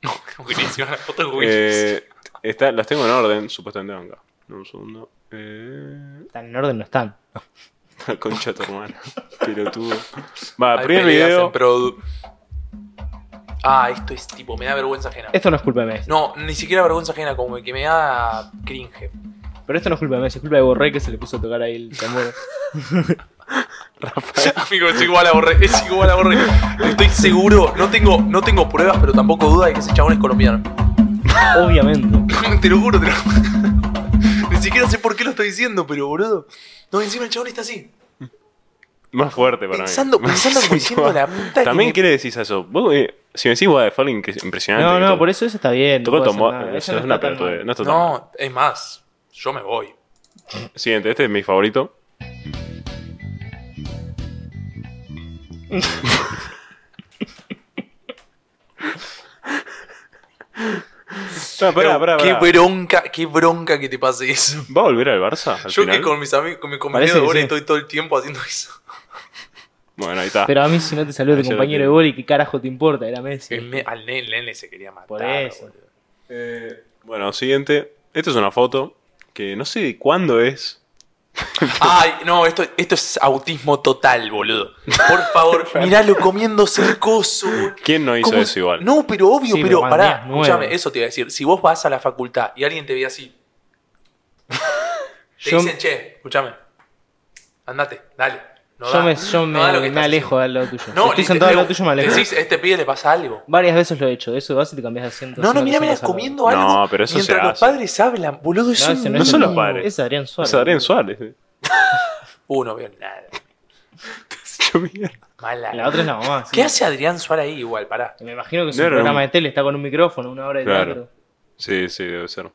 Speaker 1: mismo. [laughs] Buenísima la foto es buenísima.
Speaker 2: Eh, está- las tengo en orden, supuestamente acá. Un segundo. Eh, [laughs]
Speaker 3: Están en orden, no están.
Speaker 2: La concha de tu hermano. Pelotudo. Va,
Speaker 1: Hay
Speaker 2: primer
Speaker 1: peleas
Speaker 2: video.
Speaker 1: en produ- Ah, esto es tipo, me da vergüenza ajena.
Speaker 3: Esto no es culpa de Messi.
Speaker 1: No, ni siquiera vergüenza ajena, como que me da
Speaker 2: [laughs]
Speaker 1: cringe.
Speaker 3: Pero esto no es culpa de Messi, es culpa de Borré que se le puso a tocar ahí el tambor.
Speaker 1: Amigo, es igual a Borré, es igual a Borré. Estoy seguro, no tengo, no tengo pruebas, pero tampoco duda de que ese chabón es colombiano. [laughs]
Speaker 3: Obviamente.
Speaker 1: te lo juro, te lo juro. [laughs] Ni siquiera sé por qué lo estoy diciendo, pero boludo. No, encima el chabón está así.
Speaker 2: Más fuerte para
Speaker 1: Pensando,
Speaker 2: mí.
Speaker 1: pensando como diciendo la puta que
Speaker 2: También,
Speaker 1: me-
Speaker 2: ¿qué le decís a eso? Vos, eh, si me decís What the Fall, incre- impresionante.
Speaker 3: No,
Speaker 2: que
Speaker 3: no,
Speaker 2: todo-
Speaker 3: por eso eso está bien.
Speaker 2: Tocó
Speaker 3: no puedo
Speaker 2: Tom
Speaker 3: hacer nada.
Speaker 2: Bo- eso
Speaker 3: Ella
Speaker 2: es una
Speaker 3: está tan
Speaker 2: pelotudez,
Speaker 3: mal.
Speaker 2: No, está tan mal.
Speaker 1: No, es más, yo me voy.
Speaker 2: Siguiente, este es mi favorito. no, pará, pará,
Speaker 1: qué
Speaker 2: pará.
Speaker 1: bronca, qué bronca que te pase eso.
Speaker 2: ¿Va a volver al Barça? Al
Speaker 1: Yo
Speaker 2: final?
Speaker 1: que con mis amigos, con mis
Speaker 3: Parece
Speaker 1: compañeros de
Speaker 3: que
Speaker 1: bola
Speaker 3: sí.
Speaker 1: estoy todo el tiempo haciendo eso.
Speaker 2: Bueno, ahí está.
Speaker 3: Pero a mí si no te salió tu
Speaker 2: Ayer
Speaker 3: compañero
Speaker 2: lo
Speaker 3: de
Speaker 2: tengo.
Speaker 3: boli, ¿qué carajo te importa? Era Messi.
Speaker 1: El ne- al nene, el nene se quería matar.
Speaker 3: Por eso.
Speaker 1: boludo.
Speaker 2: Bueno, siguiente. Esta es una foto que no sé de cuándo es.
Speaker 1: Ay, no, esto, esto es autismo total, boludo. Por
Speaker 2: [laughs]
Speaker 1: favor, miralo comiéndose el coso. boludo.
Speaker 2: ¿Quién no hizo
Speaker 1: ¿Cómo
Speaker 2: eso
Speaker 1: se-
Speaker 2: igual?
Speaker 1: No, pero obvio,
Speaker 3: Sí, pero
Speaker 1: pero
Speaker 3: cuando
Speaker 1: pará,
Speaker 3: tenías nueve.
Speaker 1: escúchame, eso te iba a decir. Si vos vas a la facultad y alguien te ve así, te
Speaker 3: Yo-
Speaker 1: dicen, che, escúchame, andate, dale. No
Speaker 3: yo
Speaker 1: da-
Speaker 3: me, yo
Speaker 1: no da
Speaker 3: me,
Speaker 1: lo que
Speaker 3: me
Speaker 1: estás
Speaker 3: alejo
Speaker 1: haciendo".
Speaker 3: al lado tuyo.
Speaker 1: No,
Speaker 3: si estoy
Speaker 1: literal,
Speaker 3: sentado al lado tuyo, me alejo.
Speaker 1: Decís, este pibe le pasa algo.
Speaker 3: Varias veces lo he hecho. Eso vas y te cambias de asiento.
Speaker 1: No, no,
Speaker 3: haciendo
Speaker 1: mira, mira,
Speaker 3: cosas al lado.
Speaker 1: comiendo algo.
Speaker 2: No, pero eso se
Speaker 1: mientras los
Speaker 2: hace.
Speaker 1: padres hablan, boludo, es
Speaker 3: No,
Speaker 1: un-
Speaker 3: ese
Speaker 2: No
Speaker 3: es
Speaker 2: son
Speaker 3: el-
Speaker 2: los padres.
Speaker 3: Es Adrián Suárez.
Speaker 2: Es Adrián Suárez. eh.
Speaker 1: [laughs] Uh, no veo nada.
Speaker 2: Yo mierda.
Speaker 1: Mala.
Speaker 3: La otra es la mamá. sí.
Speaker 1: ¿Qué hace Adrián Suárez ahí igual? Pará.
Speaker 3: Me imagino que es
Speaker 2: No,
Speaker 3: un
Speaker 2: era
Speaker 3: programa
Speaker 2: un-
Speaker 3: de tele, está con un micrófono, una hora de
Speaker 2: Claro.
Speaker 3: teatro.
Speaker 2: Sí, sí, debe ser.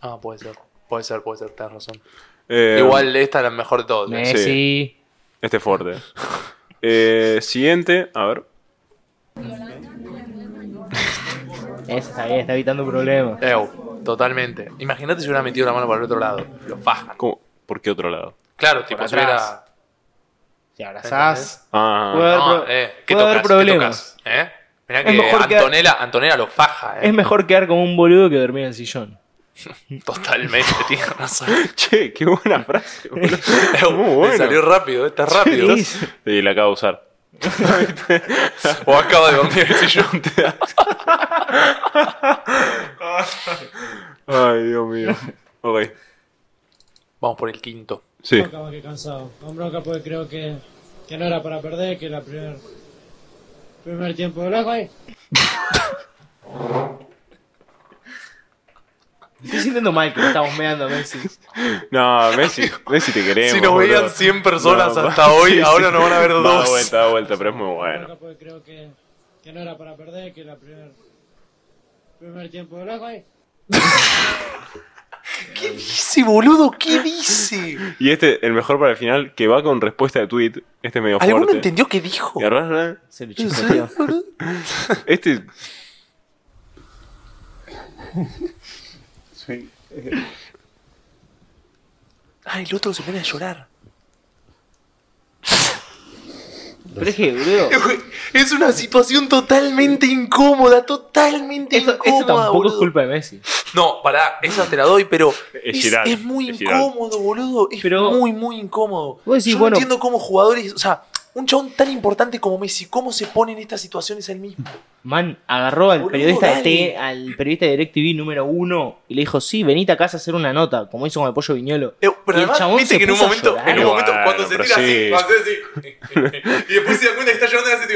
Speaker 1: Ah, puede ser. Puede ser, puede ser, tenés razón.
Speaker 2: Eh,
Speaker 1: Igual esta es la mejor de todas.
Speaker 3: Messi.
Speaker 2: Este es fuerte. Eh, siguiente, a ver.
Speaker 3: Ese está bien, está evitando problemas.
Speaker 1: Ew, totalmente. Imagínate si hubiera metido la mano para el otro lado. Lo fajan.
Speaker 2: ¿Cómo? ¿Por qué otro lado?
Speaker 1: Claro, tipo, si hubiera.
Speaker 3: atrás. Te abrazás. Puede
Speaker 2: Ah,
Speaker 3: haber
Speaker 1: No,
Speaker 3: pro-
Speaker 1: eh, ¿qué
Speaker 3: puede haber
Speaker 1: tocas? ¿Qué
Speaker 3: problemas.
Speaker 1: tocas? ¿Eh? Mirá
Speaker 3: Es
Speaker 1: que
Speaker 3: mejor que-
Speaker 1: Antonella, Antonella lo faja,
Speaker 3: Es
Speaker 1: eh.
Speaker 3: mejor quedar como un boludo que dormir en el sillón. [laughs]
Speaker 1: Totalmente, tiene razón.
Speaker 2: che, qué buena frase, boludo.
Speaker 1: [laughs] Ew,
Speaker 2: Muy
Speaker 1: Me salió
Speaker 2: bueno.
Speaker 1: rápido, está rápido.
Speaker 2: Sí, la acabo de usar.
Speaker 1: O acaba de dormir en el sillón.
Speaker 2: Ay, Dios mío. Ok.
Speaker 1: Vamos por el quinto.
Speaker 2: Sí.
Speaker 5: Acabo que cansado. Con bronca porque creo que, que no era para perder, que la primer, primer tiempo de lejos ahí.
Speaker 3: Estoy sintiendo mal que lo estamos meando a Messi.
Speaker 2: No, Messi, Messi te queremos.
Speaker 1: Si nos
Speaker 2: boludo.
Speaker 1: veían 100 personas
Speaker 2: No,
Speaker 1: [laughs] hasta
Speaker 2: va-
Speaker 1: hoy,
Speaker 2: [laughs] sí,
Speaker 1: ahora
Speaker 2: sí.
Speaker 1: nos van a ver
Speaker 2: Da
Speaker 1: dos.
Speaker 2: vuelta, da vuelta, pero es muy bueno.
Speaker 5: Bronca porque creo que, que no era para perder, que la primer, primer tiempo de lejos ahí.
Speaker 1: ¿Qué dice, boludo? ¿Qué [laughs] dice?
Speaker 2: Y este, el mejor para el final, que va con respuesta de tweet. Este es medio
Speaker 1: ¿Alguno
Speaker 2: fuerte.
Speaker 1: entendió qué dijo?
Speaker 2: ¿Y ahora,
Speaker 3: Se lo
Speaker 1: Sí,
Speaker 3: chispoteó.
Speaker 1: boludo.
Speaker 2: Este. [laughs]
Speaker 1: Ah, el otro se pone a llorar.
Speaker 3: Pero es que, boludo.
Speaker 1: [laughs] Es una situación totalmente incómoda, totalmente
Speaker 3: Esto, esto
Speaker 1: incómoda.
Speaker 3: tampoco
Speaker 1: boludo.
Speaker 3: es culpa de Messi.
Speaker 1: No, pará, esa te la doy,
Speaker 3: [laughs]
Speaker 1: pero
Speaker 2: Es
Speaker 1: es,
Speaker 2: Giral,
Speaker 1: es muy
Speaker 2: es Giral.
Speaker 1: incómodo, boludo. Es
Speaker 3: Pero-
Speaker 1: muy, muy incómodo.
Speaker 3: Vos decís,
Speaker 1: Yo
Speaker 3: bueno-
Speaker 1: no entiendo cómo jugadores, o sea, un chabón tan importante como Messi, cómo se pone en estas situaciones él mismo.
Speaker 3: Man, agarró al
Speaker 1: Boludo,
Speaker 3: periodista de T,
Speaker 1: dale.
Speaker 3: al periodista de DirecTV número uno y le dijo, sí, venite a casa a hacer una nota, como hizo con el pollo viñolo.
Speaker 1: Eh,
Speaker 3: Y
Speaker 1: Pero
Speaker 3: el
Speaker 1: además,
Speaker 3: chabón
Speaker 1: viste
Speaker 3: se
Speaker 1: que en un
Speaker 3: puso a
Speaker 1: momento, en un
Speaker 3: llorar.
Speaker 1: momento
Speaker 2: Bueno,
Speaker 1: cuando se
Speaker 2: pero
Speaker 1: tira así,
Speaker 2: sí.
Speaker 1: lo hace así. [laughs] y después se da cuenta que está llorando y hace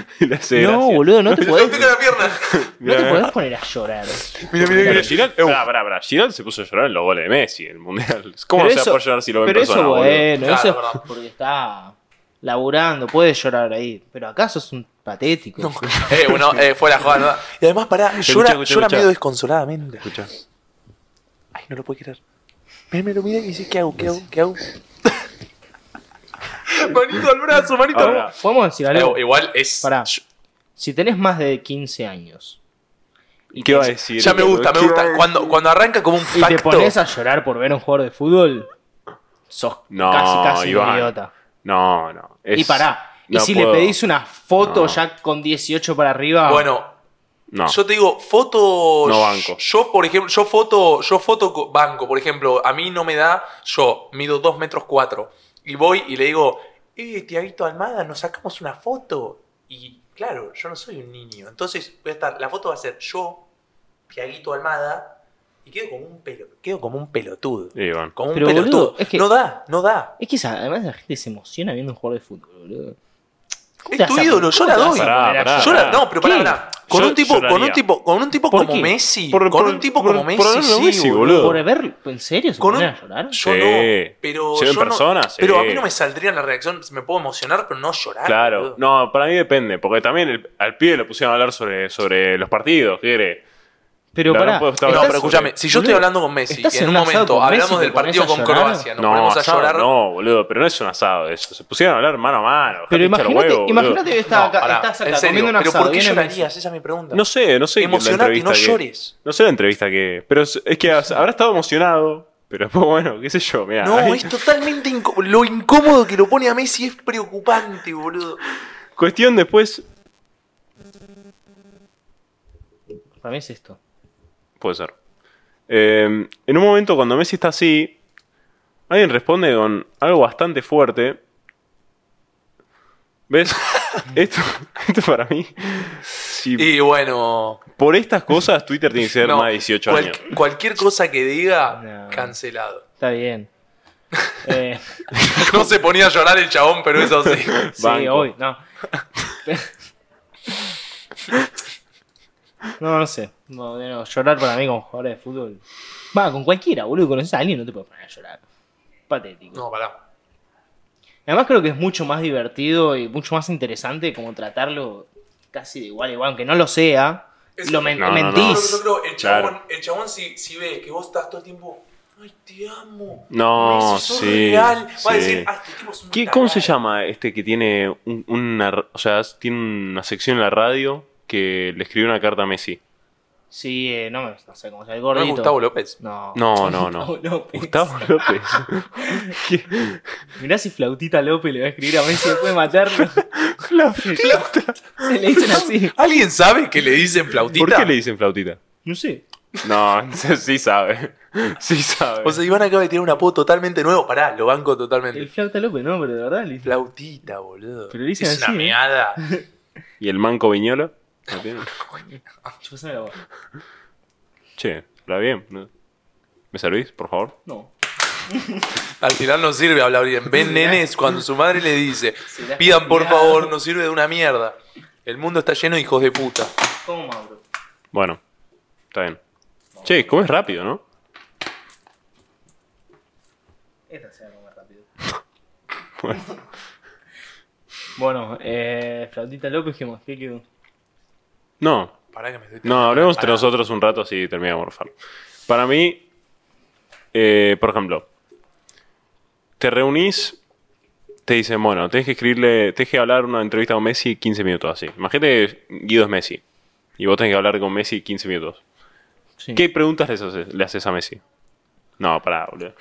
Speaker 1: tipo,
Speaker 2: Le hace
Speaker 3: No,
Speaker 2: gracia.
Speaker 3: boludo, no te
Speaker 1: [laughs] le
Speaker 3: podés,
Speaker 1: toca la pierna.
Speaker 3: no te
Speaker 2: Mirá.
Speaker 3: podés poner a llorar.
Speaker 1: Mira,
Speaker 2: Pero Giral, pará, pará, pará. Giral se puso a llorar en los goles de Messi en el mundial. [laughs] ¿Cómo no
Speaker 3: Pero
Speaker 2: se va
Speaker 3: eso-
Speaker 2: a poder llorar si lo ven en
Speaker 3: Pero
Speaker 2: persona?
Speaker 3: eso,
Speaker 2: boludo?
Speaker 3: bueno,
Speaker 1: Claro,
Speaker 3: eso es
Speaker 1: verdad.
Speaker 3: porque está laburando, puede llorar ahí. Pero acá sos un patético.
Speaker 1: Eh, bueno, eh, fuera joda, ¿no? Y además, pará, llora,
Speaker 2: escuchá,
Speaker 1: llora
Speaker 2: escuchá.
Speaker 1: medio desconsoladamente.
Speaker 2: Escuchá.
Speaker 1: Ay, no lo puedo creer. Mirá, me lo mira y dice, ¿qué hago? ¿Qué hago? ¿Qué hago? [laughs] manito al brazo, manito
Speaker 2: Ahora,
Speaker 3: Podemos decir algo.
Speaker 1: eh,
Speaker 2: eh,
Speaker 1: igual es.
Speaker 3: Pará. Si tenés más de 15 años y
Speaker 2: ¿Qué
Speaker 3: te,
Speaker 2: va a decir?
Speaker 1: Ya me
Speaker 2: boludo?
Speaker 1: gusta, me
Speaker 2: ¿Qué
Speaker 1: gusta.
Speaker 2: va a-
Speaker 1: Cuando, cuando arranca como un
Speaker 3: y te
Speaker 1: facto.
Speaker 3: pones a llorar por ver a un jugador de fútbol, sos
Speaker 2: No,
Speaker 3: casi casi un
Speaker 2: Iván.
Speaker 3: idiota.
Speaker 2: No, no. es-
Speaker 3: Y pará.
Speaker 2: no
Speaker 3: y si
Speaker 2: puedo.
Speaker 3: le pedís una foto
Speaker 2: No.
Speaker 3: ya con 18 para arriba.
Speaker 1: Bueno,
Speaker 2: No.
Speaker 1: yo te digo, foto.
Speaker 2: Ah. No banco.
Speaker 1: Yo, por ejemplo, yo foto, yo foto co- banco, por ejemplo, a mí no me da. Yo mido 2 metros 4. Y voy y le digo, eh, Tiaguito Almada, nos sacamos una foto. Y claro, yo no soy un niño. Entonces voy a estar, la foto va a ser yo, Tiaguito Almada, y quedo como un, pelo, quedo como un pelotudo.
Speaker 2: Y bueno.
Speaker 1: Como un
Speaker 3: Pero, boludo,
Speaker 1: pelotudo.
Speaker 3: es que-
Speaker 1: No da, no da.
Speaker 3: Es que esa- además la gente se emociona viendo un jugador de fútbol, boludo. ¿Cómo
Speaker 1: Es
Speaker 3: te vas
Speaker 1: tu
Speaker 3: a-
Speaker 1: ídolo, yo
Speaker 3: cómo
Speaker 1: la
Speaker 3: te vas
Speaker 1: doy.
Speaker 3: a poner
Speaker 2: Pará,
Speaker 3: a
Speaker 2: pará,
Speaker 1: Yo
Speaker 3: llorar?
Speaker 1: la- no, pero pará,
Speaker 3: ¿Qué?
Speaker 1: pará. Con
Speaker 2: Ah, Yo
Speaker 1: un tipo,
Speaker 2: lloraría.
Speaker 1: con un tipo, con un tipo
Speaker 3: ¿Por
Speaker 1: como
Speaker 3: qué?
Speaker 1: Messi,
Speaker 2: Por-
Speaker 1: con
Speaker 2: por-
Speaker 1: un tipo
Speaker 2: por-
Speaker 1: como
Speaker 2: por
Speaker 1: Messi,
Speaker 2: verlo
Speaker 1: sí,
Speaker 2: Messi,
Speaker 1: boludo.
Speaker 2: boludo.
Speaker 3: Por ver, ¿en serio se
Speaker 1: Con
Speaker 3: ponen
Speaker 1: un-
Speaker 3: a llorar?
Speaker 1: Yo
Speaker 2: Sí.
Speaker 1: no, pero
Speaker 2: Yo
Speaker 1: yo
Speaker 2: en
Speaker 1: no-
Speaker 2: persona, sí.
Speaker 1: Pero a mí no me saldría la reacción, me puedo emocionar, pero no
Speaker 3: Ah,
Speaker 1: llorar.
Speaker 2: Claro,
Speaker 1: boludo.
Speaker 2: no, para mí depende, porque también el- al pibe lo pusieron a hablar sobre, sobre los partidos, ¿qué cree?
Speaker 3: Pero
Speaker 2: No, no
Speaker 3: pará.
Speaker 2: puedo estar-
Speaker 1: No,
Speaker 2: Estás-
Speaker 1: pero escúchame, si yo
Speaker 3: boludo,
Speaker 1: estoy hablando con Messi
Speaker 3: estás
Speaker 1: y en
Speaker 3: en
Speaker 1: un
Speaker 3: un asado
Speaker 1: momento
Speaker 3: con
Speaker 1: hablamos
Speaker 3: Messi,
Speaker 1: del
Speaker 3: te pones
Speaker 1: partido
Speaker 3: a
Speaker 1: con
Speaker 3: llorar.
Speaker 1: Croacia, nos ponemos a
Speaker 2: asado,
Speaker 1: llorar.
Speaker 2: No, boludo, pero no es un asado eso. Se pusieron a hablar mano a mano. dejate
Speaker 3: Pero
Speaker 2: hinchar los
Speaker 3: imagínate,
Speaker 2: huevos, boludo.
Speaker 3: imagínate que estás
Speaker 1: No,
Speaker 3: acá,
Speaker 1: pará,
Speaker 3: estás acá
Speaker 1: en serio,
Speaker 3: comiendo un
Speaker 1: pero
Speaker 3: asado.
Speaker 1: ¿por qué
Speaker 3: viene Messi.
Speaker 1: llorarías? Esa es mi pregunta.
Speaker 2: No sé, no sé. la
Speaker 1: Emocionate,
Speaker 2: entrevista
Speaker 1: no
Speaker 2: que-
Speaker 1: llores.
Speaker 2: No sé la entrevista que. Pero es es que has- habrá estado emocionado. Pero después, bueno, qué sé yo, mira.
Speaker 1: No, es totalmente incó- lo incómodo que lo pone a Messi es preocupante, boludo.
Speaker 2: Cuestión después.
Speaker 3: Para mí es esto.
Speaker 2: Puede ser. Eh, en un momento cuando Messi está así, alguien responde con algo bastante fuerte. ¿Ves?
Speaker 1: [laughs]
Speaker 2: esto, esto para mí. si
Speaker 1: Y bueno,
Speaker 2: por estas cosas Twitter tiene que ser
Speaker 1: no,
Speaker 2: más de 18
Speaker 1: cual-
Speaker 2: años.
Speaker 1: cualquier cosa que diga,
Speaker 3: No.
Speaker 1: cancelado.
Speaker 3: Está bien. Eh,
Speaker 1: [laughs] No se ponía a llorar el chabón, pero eso sí.
Speaker 3: sí,
Speaker 2: Banco.
Speaker 3: hoy,
Speaker 1: [laughs]
Speaker 3: no. No, no sé. No, de nuevo, llorar para mí con jugadores de fútbol. Va, con cualquiera, boludo. Conoces a alguien, no te puedes poner a llorar. Patético.
Speaker 1: No, pará.
Speaker 3: Además creo que es mucho más divertido y mucho más interesante como tratarlo casi de igual a igual, aunque no lo sea.
Speaker 1: Es-
Speaker 3: Lo men-
Speaker 2: No, no, no.
Speaker 3: mentís.
Speaker 1: creo el
Speaker 2: Claro.
Speaker 1: el chabón si, si ve que vos estás todo el tiempo, ay, te amo.
Speaker 2: No,
Speaker 1: Messi, sos
Speaker 2: sí,
Speaker 1: real",
Speaker 2: sí.
Speaker 1: "Ah, este tipo es un
Speaker 2: ¿Qué- ¿Cómo se
Speaker 1: tarado".
Speaker 2: llama este que tiene un- una, r- o sea, tiene una sección en la radio que le escribió una carta a Messi?
Speaker 3: Sí, eh, no, me- no sé cómo se llama, el
Speaker 1: No es
Speaker 3: gordito.
Speaker 1: Gustavo López.
Speaker 3: No.
Speaker 2: No,
Speaker 3: [laughs]
Speaker 2: no,
Speaker 1: [laughs]
Speaker 2: no.
Speaker 3: Gustavo López.
Speaker 2: Gustavo López. ¿Qué?
Speaker 3: Mirá si Flautita López le va a escribir a Messi después
Speaker 2: [laughs]
Speaker 3: de matarlo. Se le dicen así.
Speaker 1: ¿Alguien sabe que le dicen flautita?
Speaker 2: ¿Por qué le dicen flautita?
Speaker 3: No sé.
Speaker 2: No, [laughs] sí sabe. Sí sabe.
Speaker 1: O sea, Iván acaba de tirar un apodo totalmente nuevo. Pará, lo banco
Speaker 3: El
Speaker 1: totalmente.
Speaker 3: Flauta López, no, pero de verdad. le-
Speaker 1: Flautita, boludo.
Speaker 3: Pero le dicen
Speaker 1: es
Speaker 3: así,
Speaker 1: una
Speaker 3: ¿eh?
Speaker 1: meada.
Speaker 2: ¿Y el manco viñolo? ¿Lo tiene?
Speaker 3: Chupasame la voz.
Speaker 2: Che, ¿habla bien? ¿No? ¿Me servís, por favor?
Speaker 3: No.
Speaker 1: Al final no sirve hablar bien.
Speaker 2: [laughs]
Speaker 1: Ven nenes cuando su madre le dice,
Speaker 3: Será
Speaker 1: pidan por
Speaker 3: genial".
Speaker 1: favor, no sirve de una mierda. El mundo está lleno de hijos de puta.
Speaker 3: Toma, bro.
Speaker 2: Bueno, está bien. Che, comes rápido, ¿no?
Speaker 3: Esta se va a comer rápido.
Speaker 2: [laughs] Bueno.
Speaker 3: Bueno, eh, Flautita López, ¿qué más? ¿Qué quedó?
Speaker 2: No,
Speaker 1: Pará que me estoy
Speaker 2: No, hablemos entre
Speaker 1: Pará.
Speaker 2: nosotros un rato así terminamos de morfar. Para mí, eh, por ejemplo, te reunís, te dicen, bueno, tenés que escribirle, tenés que hablar una entrevista con Messi 15 minutos así. Imagínate que Guido es Messi y vos tenés que hablar con Messi 15 minutos.
Speaker 3: Sí.
Speaker 2: ¿Qué preguntas le haces, le haces a Messi? No, pará, boludo.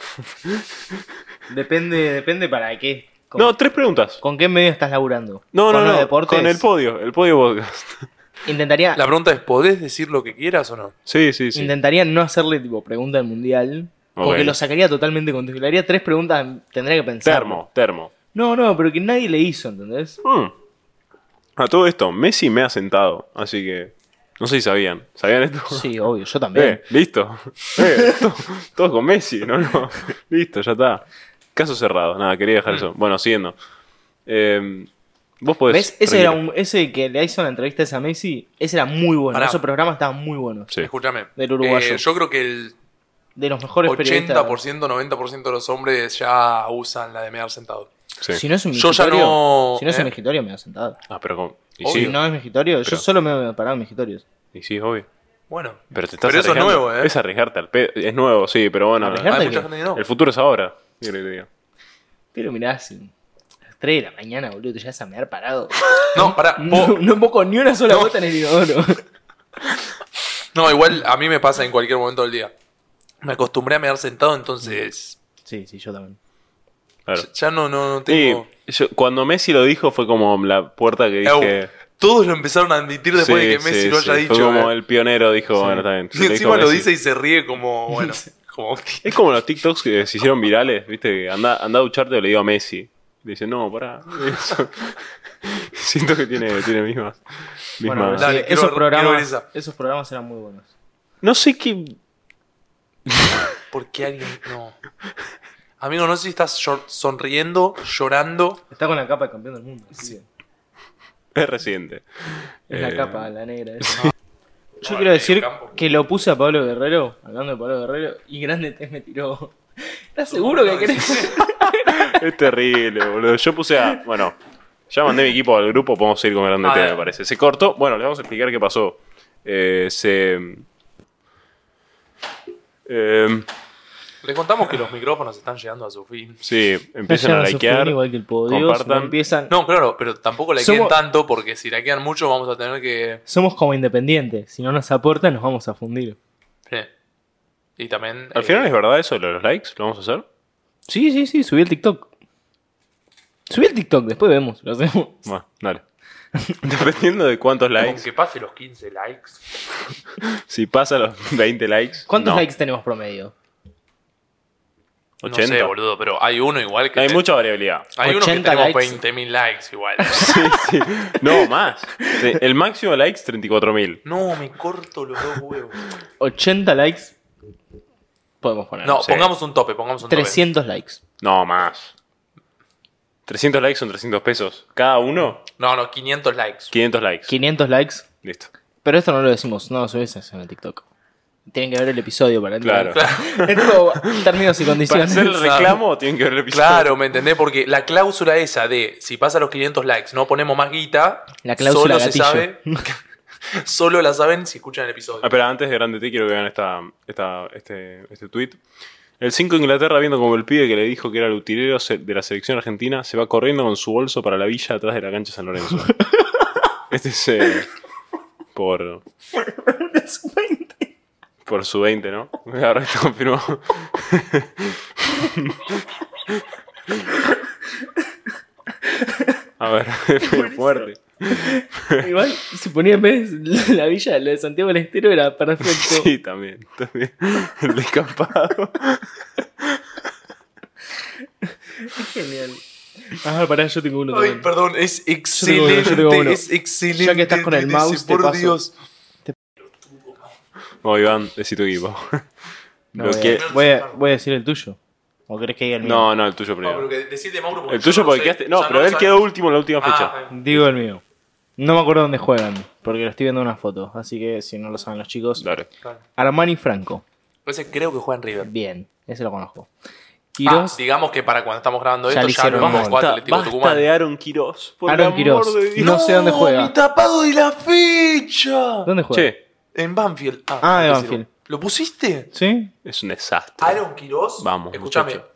Speaker 3: Depende, depende para qué. Con,
Speaker 2: No, tres preguntas.
Speaker 3: ¿con qué medio estás laburando?
Speaker 2: No,
Speaker 3: ¿Con
Speaker 2: no,
Speaker 3: los
Speaker 2: no.
Speaker 3: deportes?
Speaker 2: Con el podio, el podio podcast.
Speaker 3: Intentaría,
Speaker 1: La pregunta es, ¿podés decir lo que quieras o no?
Speaker 2: [laughs] Sí, sí, sí.
Speaker 3: intentaría no hacerle tipo pregunta al mundial. Porque
Speaker 2: Ok.
Speaker 3: lo sacaría totalmente de contexto. Le haría tres preguntas, tendría que pensar.
Speaker 2: Termo, termo.
Speaker 3: No, no, pero que nadie le
Speaker 2: [laughs]
Speaker 3: hizo, ¿entendés?
Speaker 2: Hmm. A todo esto, Messi me ha sentado, así que no sé si sabían. ¿Sabían esto? [laughs]
Speaker 3: Sí, obvio, yo también.
Speaker 2: Eh,
Speaker 3: [laughs]
Speaker 2: listo. Eh, to- todo con Messi, ¿no? no. [laughs] Listo, ya está. Caso cerrado, nada, quería
Speaker 3: Mm.
Speaker 2: dejar eso. Bueno, siguiendo. Eh, vos podés.
Speaker 3: ¿Ves? Ese, era
Speaker 2: tranquilo.
Speaker 3: un, ese que le hizo la entrevista esa a Messi, ese era muy bueno.
Speaker 1: Pará.
Speaker 3: Esos programas estaban muy buenos.
Speaker 2: Sí.
Speaker 1: Escúchame.
Speaker 3: Del uruguayo.
Speaker 1: eh, yo creo que el
Speaker 3: De los mejores periodistas.
Speaker 1: 80%, 90% de los hombres ya usan la de mear sentado.
Speaker 2: sí.
Speaker 3: Si no es un
Speaker 1: Yo ya
Speaker 3: migitorio-
Speaker 1: no-
Speaker 3: Si no es un
Speaker 1: ¿eh?
Speaker 3: migitorio, me voy a sentar.
Speaker 2: Ah, pero con. Y
Speaker 1: Obvio.
Speaker 2: sí,
Speaker 3: Si no es migitorio, yo
Speaker 2: Pero-
Speaker 3: solo me voy a parar en migitorios.
Speaker 2: y sí, obvio.
Speaker 1: Bueno.
Speaker 2: Pero te estás
Speaker 1: Pero eso es
Speaker 2: arriesgando.
Speaker 1: nuevo, ¿eh?
Speaker 2: Es arriesgarte al pedo. Es nuevo, sí, pero bueno.
Speaker 3: ¿Arriesgarte?
Speaker 1: Hay
Speaker 3: Aparte
Speaker 1: mucha
Speaker 3: que-
Speaker 1: gente que no.
Speaker 2: El futuro es ahora. Mira que te digo.
Speaker 3: Pero mirá, si a las 3 de la mañana, boludo, te llegas a mear
Speaker 2: [laughs]
Speaker 3: parado.
Speaker 1: No,
Speaker 3: [laughs]
Speaker 1: pará. vos-
Speaker 3: No, no poco ni una sola gota en el inodoro.
Speaker 2: [laughs]
Speaker 1: No, igual a mí me pasa en cualquier momento del día. Me acostumbré a mear sentado, entonces
Speaker 3: Sí, sí, yo también.
Speaker 2: Claro.
Speaker 1: ya no, no, no
Speaker 2: Sí,
Speaker 1: tengo...
Speaker 2: yo- cuando Messi lo dijo fue como la puerta que
Speaker 1: Au.
Speaker 2: dije.
Speaker 1: Todos lo empezaron a admitir [laughs] después
Speaker 2: Sí,
Speaker 1: de que Messi
Speaker 2: sí,
Speaker 1: lo [laughs]
Speaker 2: sí.
Speaker 1: haya dicho.
Speaker 2: Fue como
Speaker 1: eh. [laughs]
Speaker 2: el pionero, dijo, bueno, está bien. [laughs]
Speaker 1: Y encima lo dice y se ríe como, bueno, Como,
Speaker 2: Es como los TikToks que se hicieron virales, ¿viste? Que Anda, anda a ducharte o le digo a Messi. Y dice, no, pará. [laughs] Eso. Siento que tiene, tiene mismas. mismas-
Speaker 3: Bueno,
Speaker 1: Dale,
Speaker 3: sí,
Speaker 1: quiero
Speaker 3: esos,
Speaker 1: ver- quiero ver
Speaker 3: programas,
Speaker 1: esa.
Speaker 3: esos programas eran muy buenos.
Speaker 2: No sé qué.
Speaker 1: ¿Por qué alguien.? No. Amigo, no sé si estás llor- sonriendo, llorando.
Speaker 3: Está con la capa de campeón del mundo. así que
Speaker 2: Es reciente.
Speaker 3: Es la
Speaker 2: Eh,
Speaker 3: capa, la negra. esa.
Speaker 2: [laughs]
Speaker 3: Yo quiero decir
Speaker 1: mediocampo.
Speaker 3: que lo puse a Pablo Guerrero, hablando de Pablo Guerrero, y Grande T me tiró. ¿Estás seguro que querés? [laughs]
Speaker 2: Es terrible, boludo. Yo puse a. Bueno, ya mandé mi equipo al grupo, podemos seguir con grande
Speaker 1: A
Speaker 2: tema,
Speaker 1: ver.
Speaker 2: me parece. Se cortó. Bueno, le vamos a explicar qué pasó. Eh, se. Eh,
Speaker 1: Le contamos que los micrófonos están llegando a su fin.
Speaker 2: sí, empiezan a
Speaker 3: Vayan su
Speaker 2: likear.
Speaker 3: fin igual que el podio, si no
Speaker 2: compartan.
Speaker 3: empiezan-
Speaker 1: No, claro, pero tampoco la
Speaker 3: Somos-
Speaker 1: tanto porque si la quedan mucho vamos a tener que.
Speaker 3: Somos como independientes. Si no nos aportan, nos vamos a fundir.
Speaker 1: Sí. Y también.
Speaker 2: Al
Speaker 1: eh,
Speaker 2: final es verdad eso, lo de los likes, lo vamos a hacer.
Speaker 3: Sí, sí, sí, subí el TikTok. Subí el TikTok, después vemos. Lo hacemos.
Speaker 2: Bueno, dale. [laughs] Dependiendo de cuántos
Speaker 1: Aunque
Speaker 2: likes.
Speaker 1: pase los 15 likes.
Speaker 2: Si pasa los 20 likes.
Speaker 3: ¿Cuántos
Speaker 2: no,
Speaker 3: likes tenemos promedio?
Speaker 2: 80.
Speaker 1: No sé, boludo, pero hay uno igual que.
Speaker 2: Hay
Speaker 1: te-
Speaker 2: mucha variabilidad.
Speaker 1: Hay uno que
Speaker 3: 80
Speaker 1: tenemos
Speaker 3: likes.
Speaker 1: 20.000 likes
Speaker 3: [laughs]
Speaker 1: igual.
Speaker 2: Sí, sí. No, más. Sí, El máximo de likes, 34.000.
Speaker 1: no, me corto los dos huevos.
Speaker 3: 80 likes. Podemos poner.
Speaker 1: No,
Speaker 2: sé.
Speaker 1: pongamos un tope, pongamos un
Speaker 3: 300 likes.
Speaker 2: No, más. 300 likes son 300 pesos. Cada uno,
Speaker 1: tope. No, no, 500 likes.
Speaker 2: 500 likes.
Speaker 3: 500 likes.
Speaker 2: Listo.
Speaker 3: Pero esto no lo decimos, no lo subís en el TikTok. Tienen que ver el episodio para entender.
Speaker 2: Claro.
Speaker 3: [laughs] Es como términos y
Speaker 2: Para
Speaker 3: condiciones.
Speaker 2: hacer el reclamo, tienen que ver el episodio.
Speaker 1: Claro, ¿me entendés? Porque la cláusula esa de si pasa los 500 likes no ponemos más guita,
Speaker 3: La cláusula
Speaker 1: solo se
Speaker 3: gatillo. [laughs]
Speaker 1: sabe. [laughs] solo la saben si escuchan el
Speaker 2: Ah,
Speaker 1: episodio.
Speaker 2: pero antes de Grande T, quiero que vean esta, esta, este, este tweet. El 5 de Inglaterra, viendo como el pibe que le dijo que era el utilero se- de la selección argentina, se va corriendo con su bolso para la villa atrás de la cancha de San Lorenzo. este es. eh, por. Por su 20, ¿no? Ahora está confirmado. A ver, [laughs] fue fuerte.
Speaker 3: Igual, si ponía en vez [laughs] de la villa, lo de Santiago del Estero era perfecto.
Speaker 2: Sí, también, también. El descampado.
Speaker 3: Genial. A ver, pará, yo tengo uno
Speaker 1: Ay,
Speaker 3: también.
Speaker 1: perdón, es
Speaker 3: tengo uno,
Speaker 1: excelente.
Speaker 3: yo tengo uno.
Speaker 1: Es excelente.
Speaker 3: Ya que estás con el
Speaker 1: Desi,
Speaker 3: mouse, te
Speaker 1: por
Speaker 3: paso.
Speaker 1: Dios.
Speaker 2: Vamos, Iván, decí tu equipo.
Speaker 3: No,
Speaker 2: Lo
Speaker 3: voy, a-
Speaker 2: que-
Speaker 3: voy a, voy a decir el tuyo. ¿O crees que diga el
Speaker 2: [laughs]
Speaker 3: mío?
Speaker 2: No, no, el tuyo
Speaker 1: No, pero
Speaker 2: primero.
Speaker 1: que decirle Mauro Ah, porque
Speaker 2: El
Speaker 1: yo
Speaker 2: tuyo
Speaker 1: lo
Speaker 2: porque
Speaker 1: sé,
Speaker 2: quedaste.
Speaker 1: ya
Speaker 2: No, pero
Speaker 1: lo
Speaker 2: él
Speaker 1: sabe.
Speaker 2: quedó último en la última
Speaker 1: Ah,
Speaker 2: fecha.
Speaker 1: ok.
Speaker 3: Digo el mío. No me acuerdo dónde juegan, porque lo estoy viendo en una foto. Así que si no lo saben los chicos.
Speaker 2: Dale.
Speaker 3: Armani Franco.
Speaker 1: Entonces creo que juega en River.
Speaker 3: Bien, ese lo conozco.
Speaker 1: Ah,
Speaker 3: Quirós.
Speaker 1: digamos que para cuando estamos grabando
Speaker 3: Ya
Speaker 1: esto
Speaker 3: le
Speaker 1: ya lo
Speaker 3: hicieron
Speaker 1: hemos
Speaker 3: gol.
Speaker 1: jugado Atlético Tucumán.
Speaker 2: Aaron Quirós. por
Speaker 3: Aaron
Speaker 2: el
Speaker 3: Quirós.
Speaker 2: amor de Dios.
Speaker 3: No sé dónde juega.
Speaker 1: mi tapado de la fecha!
Speaker 3: ¿Dónde juega?
Speaker 2: Che,
Speaker 1: En Banfield. Ah,
Speaker 3: Ah, en
Speaker 1: ese
Speaker 3: Banfield.
Speaker 1: lo- ¿Lo pusiste?
Speaker 3: ¿Sí?
Speaker 2: es un desastre.
Speaker 1: Aaron Quirós.
Speaker 2: Vamos,
Speaker 1: Escúchame.
Speaker 2: muchacho.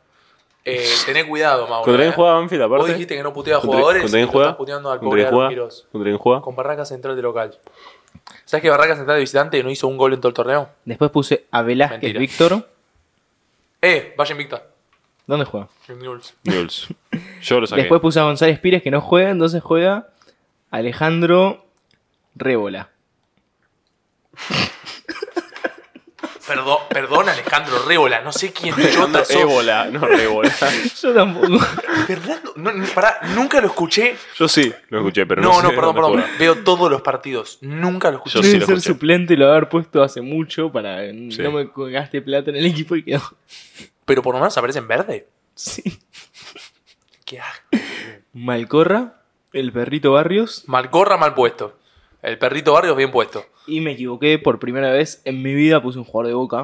Speaker 1: Eh, tené cuidado, Mauro.
Speaker 2: ¿Contra quién
Speaker 1: eh.
Speaker 2: juega Banfield
Speaker 1: Vos
Speaker 2: aparte?
Speaker 1: dijiste que no puteaba
Speaker 2: ¿Contra-
Speaker 1: jugadores.
Speaker 2: ¿Contra quién
Speaker 1: y lo
Speaker 2: juega?
Speaker 1: Estás puteando al
Speaker 2: ¿Contra quién
Speaker 1: pobre Aaron
Speaker 2: juega?
Speaker 1: Quirós.
Speaker 2: ¿Contra quién juega?
Speaker 1: Con Barracas Central de local. ¿Sabes que Barracas Central de visitante no hizo un gol en todo el torneo?
Speaker 3: Después puse a Velázquez
Speaker 1: Mentira.
Speaker 3: Víctor.
Speaker 1: Eh, vaya invicta.
Speaker 3: ¿Dónde juega?
Speaker 1: En Newell's.
Speaker 2: Newell's. Yo lo saqué.
Speaker 3: Después puse a González Pires que no juega, entonces juega Alejandro Rébola. [laughs]
Speaker 1: Perdón, perdón, Alejandro Rébola. No sé
Speaker 2: [laughs]
Speaker 1: quién chota sos.
Speaker 2: Ébola, no
Speaker 1: [laughs]
Speaker 2: Ébola.
Speaker 3: Yo tampoco.
Speaker 1: Fernando, no, no, pará, nunca lo escuché.
Speaker 2: Yo sí lo escuché, pero no
Speaker 1: no,
Speaker 2: sé
Speaker 1: no, perdón,
Speaker 2: dónde
Speaker 1: perdón.
Speaker 2: juega.
Speaker 1: Veo todos los partidos. Nunca lo escuché.
Speaker 2: Yo sí
Speaker 3: Debe
Speaker 2: lo
Speaker 3: ser
Speaker 2: escuché.
Speaker 3: suplente y lo haber puesto hace mucho para que
Speaker 2: Sí.
Speaker 3: no me gaste plata en el equipo y quedó. [laughs]
Speaker 1: Pero por lo menos aparece en verde.
Speaker 3: Sí.
Speaker 1: Qué asco.
Speaker 3: Malcorra, el perrito Barrios.
Speaker 1: Mal corra, mal puesto. El perrito Barrios bien puesto.
Speaker 3: Y me equivoqué por primera vez en mi vida, puse un jugador de boca.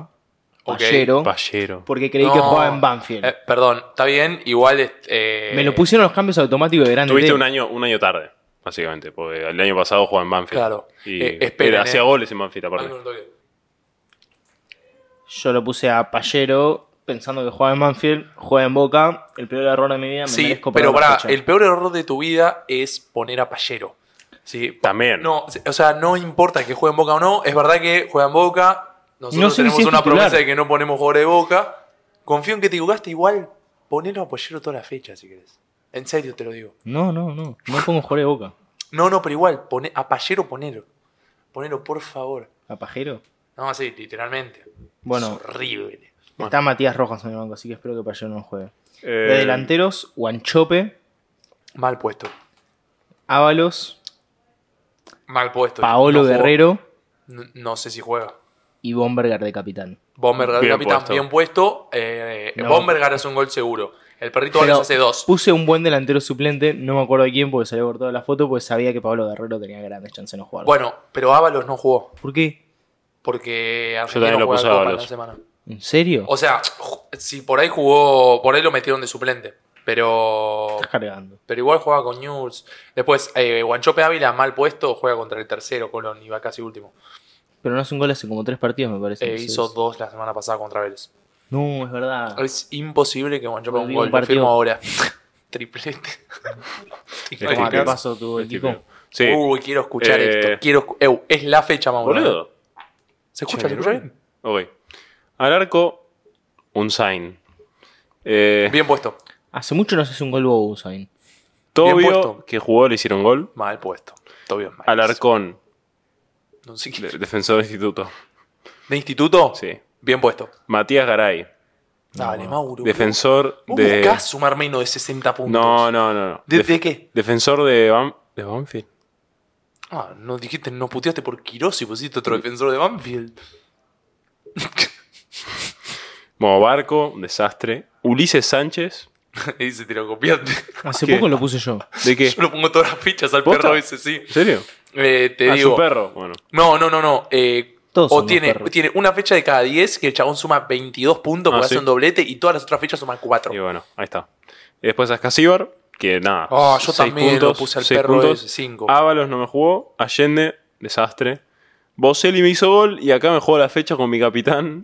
Speaker 1: Ok,
Speaker 3: Pallero,
Speaker 2: Pallero.
Speaker 3: Porque creí
Speaker 1: No.
Speaker 3: que jugaba en Banfield.
Speaker 1: Eh, perdón, está bien. Igual. este, eh,
Speaker 3: me lo pusieron los cambios automáticos de grande.
Speaker 2: Tuviste
Speaker 3: T.
Speaker 2: un año, un año tarde, básicamente, porque el año pasado jugaba en Banfield.
Speaker 1: Claro.
Speaker 2: Y
Speaker 1: Eh, esperen,
Speaker 2: era-
Speaker 1: eh.
Speaker 2: hacía goles en Banfield,
Speaker 1: Ay,
Speaker 2: aparte.
Speaker 1: no, no, no.
Speaker 3: Yo lo puse a Pallero pensando que jugaba en Manfield, juega en Boca, el peor error de mi vida, me
Speaker 1: Sí,
Speaker 3: merezco
Speaker 1: pero
Speaker 3: perder la
Speaker 1: pará,
Speaker 3: fecha.
Speaker 1: el peor error de tu vida es poner a Pallero. Sí, pa-
Speaker 2: También.
Speaker 1: No, o sea, no importa que juegue en Boca o no. Es verdad que juega en Boca. Nosotros
Speaker 3: No sé ni
Speaker 1: tenemos
Speaker 3: si es
Speaker 1: una
Speaker 3: titular.
Speaker 1: promesa de que no ponemos jugadores de Boca. Confío en que te equivocaste igual. Ponelo a Pallero toda la fecha, si querés. En serio te lo digo.
Speaker 3: No, no, no, no pongo jugador de Boca.
Speaker 1: No, no, pero igual, pone, a Pallero ponelo. Ponelo, por favor.
Speaker 3: ¿A Pajero?
Speaker 1: No, sí, literalmente.
Speaker 3: Bueno,
Speaker 1: Es horrible.
Speaker 2: Bueno.
Speaker 3: Está Matías Rojas en el banco, así que espero que Payón no juegue.
Speaker 2: Eh,
Speaker 3: De delanteros, Guanchope,
Speaker 1: Mal puesto.
Speaker 3: Ábalos,
Speaker 1: Mal puesto.
Speaker 3: Paolo
Speaker 1: No jugó-
Speaker 3: Guerrero
Speaker 1: No, no sé si juega.
Speaker 3: y Bomberger de capitán.
Speaker 1: Bombergar,
Speaker 2: Bien
Speaker 1: capitán,
Speaker 2: puesto.
Speaker 1: bien puesto. Eh,
Speaker 3: No.
Speaker 1: Bombergar hace un gol seguro. El perrito
Speaker 3: Pero
Speaker 1: Álvarez hace dos.
Speaker 3: Puse un buen delantero suplente, no me acuerdo quién porque salió cortado la foto, porque sabía que Pablo Guerrero tenía grandes chances de no jugar.
Speaker 1: Bueno, pero Ábalos no jugó.
Speaker 3: ¿Por qué?
Speaker 1: Porque
Speaker 2: también
Speaker 1: Argentina
Speaker 2: lo
Speaker 1: juega
Speaker 2: puse a
Speaker 1: Copa
Speaker 2: Ábalos.
Speaker 1: la semana.
Speaker 3: ¿En serio?
Speaker 1: O sea, ju- si por ahí jugó, por ahí lo metieron de suplente. Pero
Speaker 3: Estás cargando.
Speaker 1: pero igual juega con News. Después, eh, Guanchope Ávila, mal puesto, juega contra el tercero, Colón, y va casi último.
Speaker 3: Pero no hace un gol hace como tres partidos, me parece.
Speaker 1: Eh,
Speaker 3: entonces-
Speaker 1: hizo dos la semana pasada contra Vélez.
Speaker 3: No, es
Speaker 2: Ah.
Speaker 3: verdad.
Speaker 1: Es imposible que Guanchope haga un
Speaker 3: Perdí
Speaker 1: gol.
Speaker 3: un
Speaker 1: Lo firmo
Speaker 2: [laughs]
Speaker 3: partido.
Speaker 1: ahora. Triplete.
Speaker 2: Este
Speaker 3: Toma, ¿Qué
Speaker 2: pibe.
Speaker 3: pasó tu
Speaker 2: Este
Speaker 3: equipo?
Speaker 2: pibe. Sí.
Speaker 1: Uy, quiero escuchar
Speaker 2: Eh.
Speaker 1: esto. Quiero, escu- Ew, es la fecha, Mauro. ¿eh?
Speaker 2: Boludo.
Speaker 1: ¿Se escucha? ¿Se
Speaker 2: Che,
Speaker 1: escucha bien?
Speaker 2: Ok. Al arco, un sign. Eh,
Speaker 1: Bien puesto.
Speaker 3: Hace mucho no se hace un gol Bobo Usain.
Speaker 1: bien
Speaker 2: Tobio,
Speaker 1: puesto.
Speaker 2: que jugó, le hicieron gol.
Speaker 1: Mal puesto. Tobio es mal.
Speaker 2: Alarcón,
Speaker 1: No sé qué-
Speaker 2: de- defensor de instituto.
Speaker 1: ¿De instituto?
Speaker 2: Sí.
Speaker 1: Bien puesto.
Speaker 2: Matías Garay,
Speaker 1: Dale, Mauro.
Speaker 2: defensor
Speaker 1: ¿Vos
Speaker 2: de.
Speaker 1: buscás sumar menos de 60 puntos?
Speaker 2: No, no, no. no.
Speaker 1: ¿De,
Speaker 2: Def-
Speaker 1: de qué?
Speaker 2: Defensor de, Ban- de Banfield.
Speaker 1: Ah, no dijiste, no puteaste por Quirós y pusiste
Speaker 2: Mm.
Speaker 1: otro defensor de Banfield. [laughs]
Speaker 2: Bueno, Barco, un desastre. Ulises Sánchez.
Speaker 1: y se tiró copiante.
Speaker 3: Hace
Speaker 2: ¿Qué?
Speaker 3: poco lo puse yo.
Speaker 2: ¿De
Speaker 1: [laughs]
Speaker 2: qué?
Speaker 1: Yo le pongo todas las fichas al
Speaker 2: ¿Posta?
Speaker 1: perro ese, sí.
Speaker 2: ¿En serio?
Speaker 1: Eh, te
Speaker 2: Ah,
Speaker 1: digo.
Speaker 2: su perro. Bueno.
Speaker 1: No, no, no, no. eh,
Speaker 3: Todos
Speaker 1: o
Speaker 3: somos
Speaker 1: tiene,
Speaker 3: perros.
Speaker 1: tiene una fecha de cada 10 que el chabón suma 22 puntos
Speaker 2: Ah,
Speaker 1: porque
Speaker 2: ¿sí?
Speaker 1: hace un doblete y todas las otras fechas suman 4.
Speaker 2: Y bueno, ahí está. Y después a Casíbar, que nada.
Speaker 1: Ah, yo
Speaker 2: seis
Speaker 1: también lo puse al
Speaker 2: seis
Speaker 1: perro ese, cinco.
Speaker 2: Ábalos no me jugó. Allende, desastre. Boselli me hizo gol y acá me jugó la fecha con mi capitán.